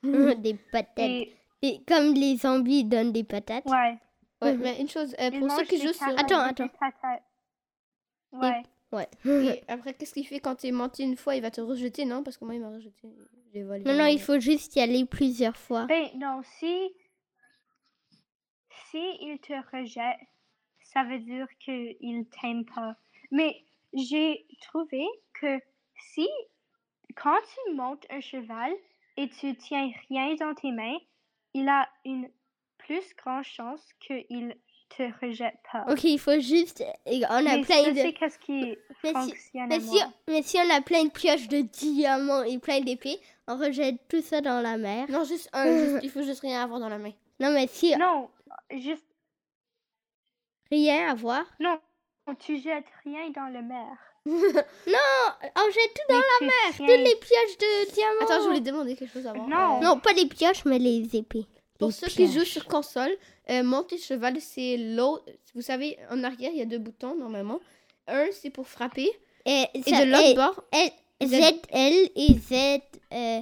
S2: des patates.
S3: Et,
S2: Et comme les zombies donnent des patates.
S3: ouais.
S1: Ouais,
S2: Mhm.
S1: mais une chose, euh,
S3: il
S1: pour ceux
S3: mange
S1: qui
S3: des
S1: jouent sur.
S3: carottes
S2: Attends,
S3: et des patates. Ouais.
S2: Ouais.
S1: Et après, qu'est-ce qu'il fait quand t'es menti une fois Il va te rejeter, non Parce que moi, il m'a rejeté. J'ai volé.
S2: Non, non, il faut juste y aller plusieurs fois.
S3: Ben non, si si il te rejette, ça veut dire qu'il t'aime pas. Mais j'ai trouvé que si quand tu montes un cheval et tu tiens rien dans tes mains, il a une plus grande chance qu'il te rejette pas.
S2: Ok, il faut juste. et On a
S3: Mais
S2: plein
S3: ça,
S2: de.
S3: c'est qu'est-ce qui
S2: Mais si-
S3: fonctionne à
S2: Mais si,
S3: moi.
S2: mais si on a plein de pioches de diamants et plein d'épées, on rejette tout ça dans la mer.
S1: Non, juste un. juste- il faut juste rien avoir dans la main.
S2: Non, mais si
S3: Non, juste
S2: rien à voir,
S3: non, tu jettes rien dans la mer.
S2: on jette tout
S3: Dans la mer,
S2: toutes les pioches de diamants.
S1: Attends, je voulais demander quelque chose avant. Euh,
S3: Non.
S2: Non, pas les pioches, mais les épées.
S1: Pour
S2: Les
S1: ceux qui
S2: pioches.
S1: jouent sur console, euh, monter cheval, c'est l'autre. Vous savez, en arrière, il y a deux boutons normalement. Un, c'est pour frapper.
S2: Et,
S1: Et
S2: ça-
S1: de l'autre
S2: et-
S1: bord,
S2: et-
S1: Z-
S2: Z, L et Z, euh,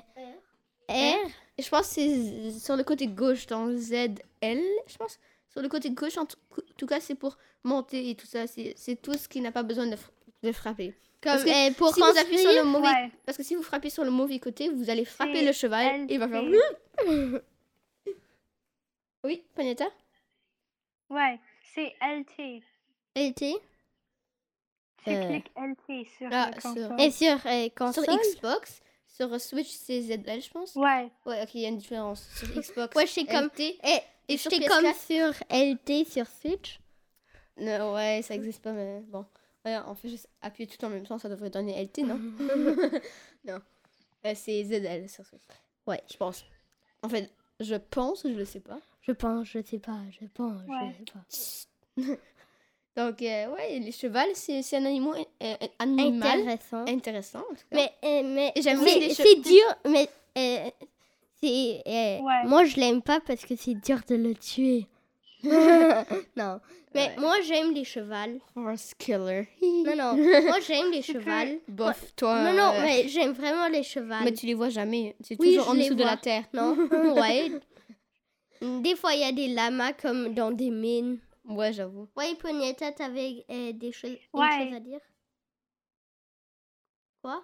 S2: R.
S1: je pense que c'est z- sur le côté gauche, dans ZL, je pense. Sur le côté gauche, en tout, cou- tout cas, c'est pour monter et tout ça. C'est c'est tout ce qui n'a pas besoin de, fr- de frapper.
S2: Comme,
S1: Parce que
S2: euh, pour
S1: si vous appuyez sur
S2: construire,
S1: le mauvais...
S3: Ouais.
S1: Parce que si vous frappez sur le mauvais côté, vous allez frapper
S3: C'est
S1: le cheval
S3: Elle
S1: et Ah, il va faire...
S3: fait-
S1: Oui, Panetta
S3: Ouais, c'est LT.
S2: LT.
S3: Tu
S2: Euh.
S3: cliques LT sur
S1: Ah,
S3: le
S1: sur-
S3: console.
S2: et sur euh,
S1: Sur
S2: console.
S1: Xbox, sur Switch, c'est ZL, je pense.
S3: Ouais,
S1: Ouais, ok, il y a une différence. Sur Xbox,
S2: Ouais, c'est comme-
S1: LT,
S2: Et,
S1: et sur
S2: j'étais
S1: PS4...
S2: comme sur LT sur Switch.
S1: Non, ouais, ça existe pas, mais bon. Ouais, on fait juste appuyer tout en même temps, ça devrait donner LT, non Non. Euh, c'est ZL sur Switch.
S2: Ouais.
S1: je pense. En fait, je pense, je le sais pas.
S2: Je pense, je sais pas, je pense,
S3: Ouais.
S2: je sais pas.
S1: Donc, euh, ouais, les chevals, c'est c'est un animal, euh, un animal
S2: Intéressant.
S1: intéressant. en tout cas.
S2: Mais, euh, mais
S1: Et j'aime aussi
S2: c'est,
S1: les che-
S2: c'est dur, mais euh, c'est, euh,
S3: Ouais.
S2: moi je l'aime pas parce que c'est dur de le tuer. non, mais
S1: Ouais.
S2: moi j'aime les chevals.
S1: Horse killer.
S2: Non, non, moi j'aime les chevals.
S1: Bof, toi.
S2: non, non,
S1: euh,
S2: mais j'aime vraiment les chevals.
S1: mais tu les vois jamais. C'est
S2: Oui,
S1: toujours
S2: je
S1: en
S2: les
S1: dessous de
S2: vois.
S1: la terre.
S2: Non, ouais. Des fois il y a des lamas comme dans des mines.
S1: Ouais, j'avoue.
S2: Ouais, Pognetta, t'avais euh, des choses, une
S3: Ouais.
S2: chose à dire Quoi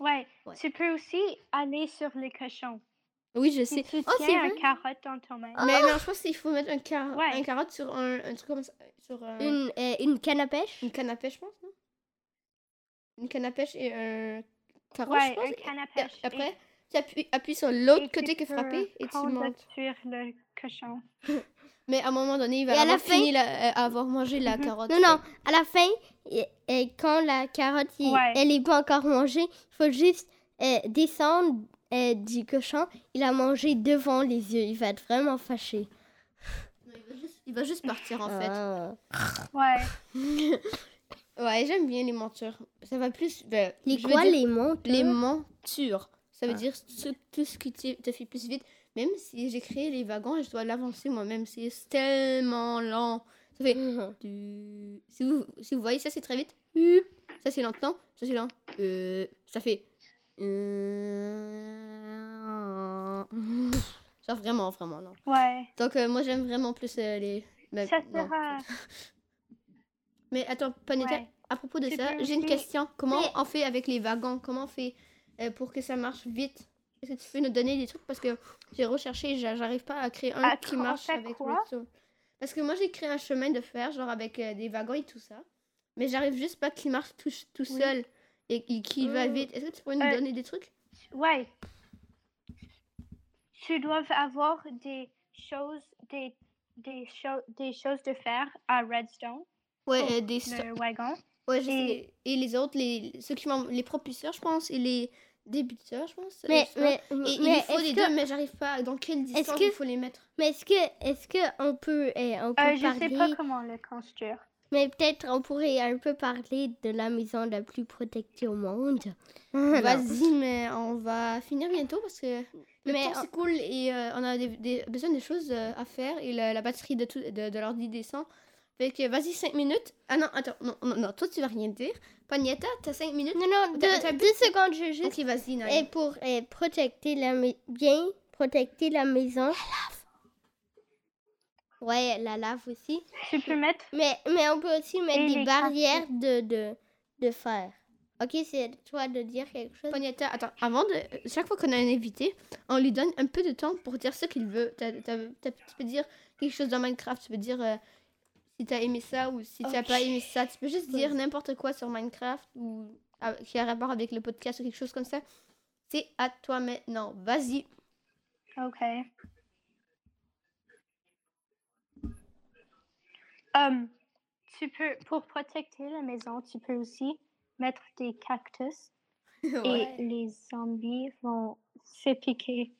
S3: ouais.
S2: Ouais.
S3: Tu peux aussi aller sur les cochons.
S1: Oui, je
S3: Si
S1: sais.
S3: tu
S2: Oh, c'est
S3: tiens un
S2: vrai.
S3: carotte dans ton main.
S1: Mais non, je pense qu'il faut mettre un, car-
S3: Ouais.
S1: un carotte sur un, un truc comme ça. Sur un-
S2: une, euh, une canne à pêche
S1: Une canne à pêche, je pense, non Une canne à pêche et un carreau, je
S3: ouais,
S1: pense.
S3: un canne à
S1: Et
S3: pêche.
S1: après,
S3: Et-
S1: tu appuies, appuies sur l'autre
S3: et
S1: côté
S3: tu
S1: que
S3: peux
S1: frappé et tu
S3: prendre
S1: montes.
S3: sur le cochon.
S1: Mais à un moment donné, il va
S2: Et à
S1: avoir
S2: la fin-
S1: fini la- euh, avoir mangé la
S3: Mhm.
S1: carotte.
S2: Non, non, à la fin, et, et quand la carotte, il-
S3: Ouais.
S2: elle n'est pas encore mangée, il faut juste euh, descendre euh, du cochon. Il a mangé devant les yeux. Il va être vraiment fâché.
S1: Il va juste, il va juste partir en fait.
S2: Ah.
S3: Ouais,
S1: Ouais, j'aime bien les mentures. Ça va plus. ben,
S2: Euh. Les
S1: je veux
S2: quoi,
S1: dire,
S2: les montres hein?
S1: les mentures. Ça veut
S2: Ah.
S1: dire ce- tout ce qui te te fait plus vite. Même si j'ai créé les wagons et je dois l'avancer moi-même, c'est tellement lent. Ça fait.
S2: Mhm.
S1: Du- Si vous, si vous voyez, ça c'est très vite. Hup. Ça c'est lentement. Ça c'est lent. Euh, ça fait. Euh, Genre vraiment, vraiment lent.
S3: ouais.
S1: Donc euh, moi j'aime vraiment plus euh, les. mais-
S3: ça
S1: non.
S3: sera.
S1: Mais attends, Panetta,
S3: Ouais.
S1: à propos de
S3: Tu
S1: ça,
S3: peux
S1: j'ai une
S3: aussi-
S1: question. Comment on fait avec les wagons Comment on fait euh, pour que ça marche vite Est-ce que tu peux nous donner des trucs Parce que j'ai recherché, j'a- j'arrive pas à créer un
S3: Ah,
S1: qui
S3: comment
S1: marche
S3: ça,
S1: avec
S3: quoi
S1: Redstone. Parce que moi j'ai créé un chemin de fer, genre avec euh, des wagons et tout ça. Mais j'arrive juste pas qu'il marche tout, tout
S3: Oui.
S1: seul et, et qu'il va
S2: Oh.
S1: vite. Est-ce que tu pourrais nous
S3: Euh,
S1: donner des trucs
S3: Ouais. Tu dois avoir des choses, des des, cho- des choses de fer à Redstone,
S1: Ouais,
S3: Oh,
S1: euh, des so-
S3: le wagon.
S1: ouais, je
S3: et-
S1: sais. Et les autres, les, ceux qui m'en- les propulseurs, je pense, et les débuteurs, je pense. euh,
S2: Mais,
S1: je sais pas.
S2: mais, mais,
S1: Et il faut
S2: est-ce
S1: les
S2: que-
S1: deux, mais j'arrive pas. Dans quelle distance
S2: que-
S1: il faut les mettre
S2: mais est-ce que, est-ce que on peut, eh, on peut
S3: Euh, je sais pas
S2: parler,
S3: comment le construire.
S2: mais peut-être on pourrait un peu parler de la maison la plus protégée au monde.
S1: Vas-y, mais on va finir bientôt parce que le
S2: Mais
S1: temps
S2: on-
S1: s'écoule et euh, on a des, des- besoin des choses euh, à faire et la, la batterie de, tout- de, de l'ordi descend. Fait que vas-y, 5 minutes. Ah non, attends, non, non, non, toi tu vas rien dire. Pagnetta, t'as 5 minutes.
S2: Non, non, deux,
S1: T'as- t'as
S2: deux secondes, je veux juste.
S1: Ok, vas-y,
S2: Et
S1: Naïm.
S2: pour eh, protéger la mai- bien protéger la maison. La lave. Ouais, la lave aussi.
S3: Tu peux mettre
S2: Mais, mais on peut aussi mettre
S3: Et
S2: des
S3: les
S2: barrières de, de, de fer. Ok, c'est à toi de dire quelque chose.
S1: Pagnetta, attends, avant de. Chaque fois qu'on a un invité, on lui donne un peu de temps pour dire ce qu'il veut. T'as- t'as- t'as- tu peux dire quelque chose dans Minecraft, tu peux dire euh, si t'as aimé ça ou si t'as
S2: Ok.
S1: pas aimé ça. Tu peux juste dire
S2: Vas-y.
S1: n'importe quoi sur Minecraft ou ah, qui a rapport avec le podcast ou quelque chose comme ça. C'est à toi maintenant. Vas-y.
S3: Ok. Um, tu peux, pour protéger la maison, tu peux aussi mettre des cactus
S1: Ouais.
S3: et les zombies vont se piquer.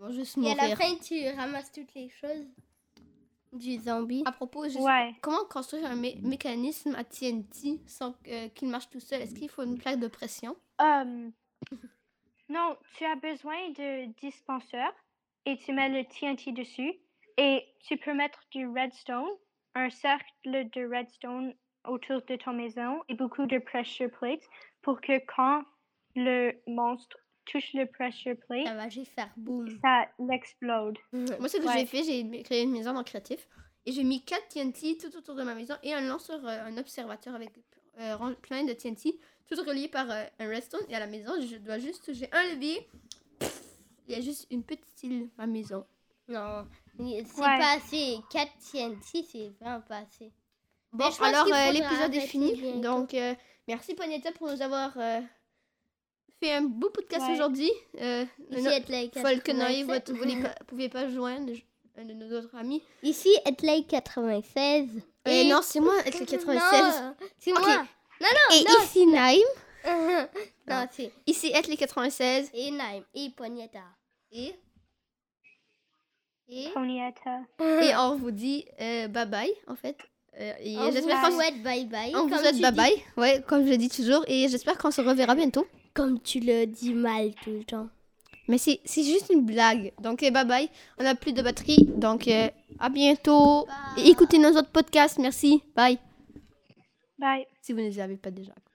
S1: Bon, juste
S2: Et à la
S1: mourir.
S2: fin, tu ramasses toutes les choses du zombie.
S1: À propos, juste
S3: Ouais.
S1: comment construire un mé- mécanisme à TNT sans euh, qu'il marche tout seul Est-ce qu'il faut une plaque de pression
S3: Um, non, tu as besoin de dispenseur et tu mets le TNT dessus et tu peux mettre du redstone, un cercle de redstone autour de ton maison et beaucoup de pressure plates pour que quand le monstre touche le pressure
S2: Ça
S1: Ah
S3: plate,
S2: va juste faire boum.
S3: ça l'explode.
S1: Moi, ce que
S3: Ouais.
S1: j'ai fait, j'ai m- créé une maison dans Créatif et j'ai mis 4 TNT tout autour de ma maison et un lanceur, euh, un observateur avec euh, ren- plein de TNT, tout relié par euh, un redstone. Et à la maison, je dois juste toucher un levier. Pff, Il y a juste une petite île, ma maison.
S2: Non, c'est
S3: Ouais.
S2: pas assez. 4 TNT, c'est vraiment pas assez.
S1: Bon,
S2: je pense
S1: alors
S2: qu'il
S1: euh,
S2: faudra
S1: l'épisode est
S2: arrêter
S1: fini.
S2: bientôt.
S1: Donc, euh, merci Pognetta pour nous avoir euh, fait un beau podcast
S3: Ouais.
S1: aujourd'hui. Euh,
S2: Ici,
S1: non,
S2: être like
S1: Falconoy,
S2: 96.
S1: votre- vous ne pouviez pas joindre un de nos autres amis.
S2: Ici, Etley 96.
S1: Et non, c'est moi avec le 96.
S2: Non, C'est
S1: Ok.
S2: moi.
S1: Et
S2: non,
S1: ici, Naïm.
S2: non, c'est
S1: Ah, Ici, être les 96.
S2: et Naim et Pognetta.
S1: Et,
S2: Et
S3: Ponietta.
S1: et on vous dit euh, bye bye, en fait. Euh, et
S2: on vous
S1: j'espère qu'on
S2: souhaite bye bye.
S1: on vous souhaite bye bye. Ouais, comme je le dis toujours. Et j'espère qu'on se reverra bientôt.
S2: Comme tu le dis mal tout le temps.
S1: Mais c'est c'est juste une blague. Donc, euh, bye bye. On n'a plus de batterie. Donc, euh, à bientôt. Et écoutez nos autres podcasts. Merci. Bye.
S3: Bye.
S1: Si vous ne les avez pas déjà. quoi.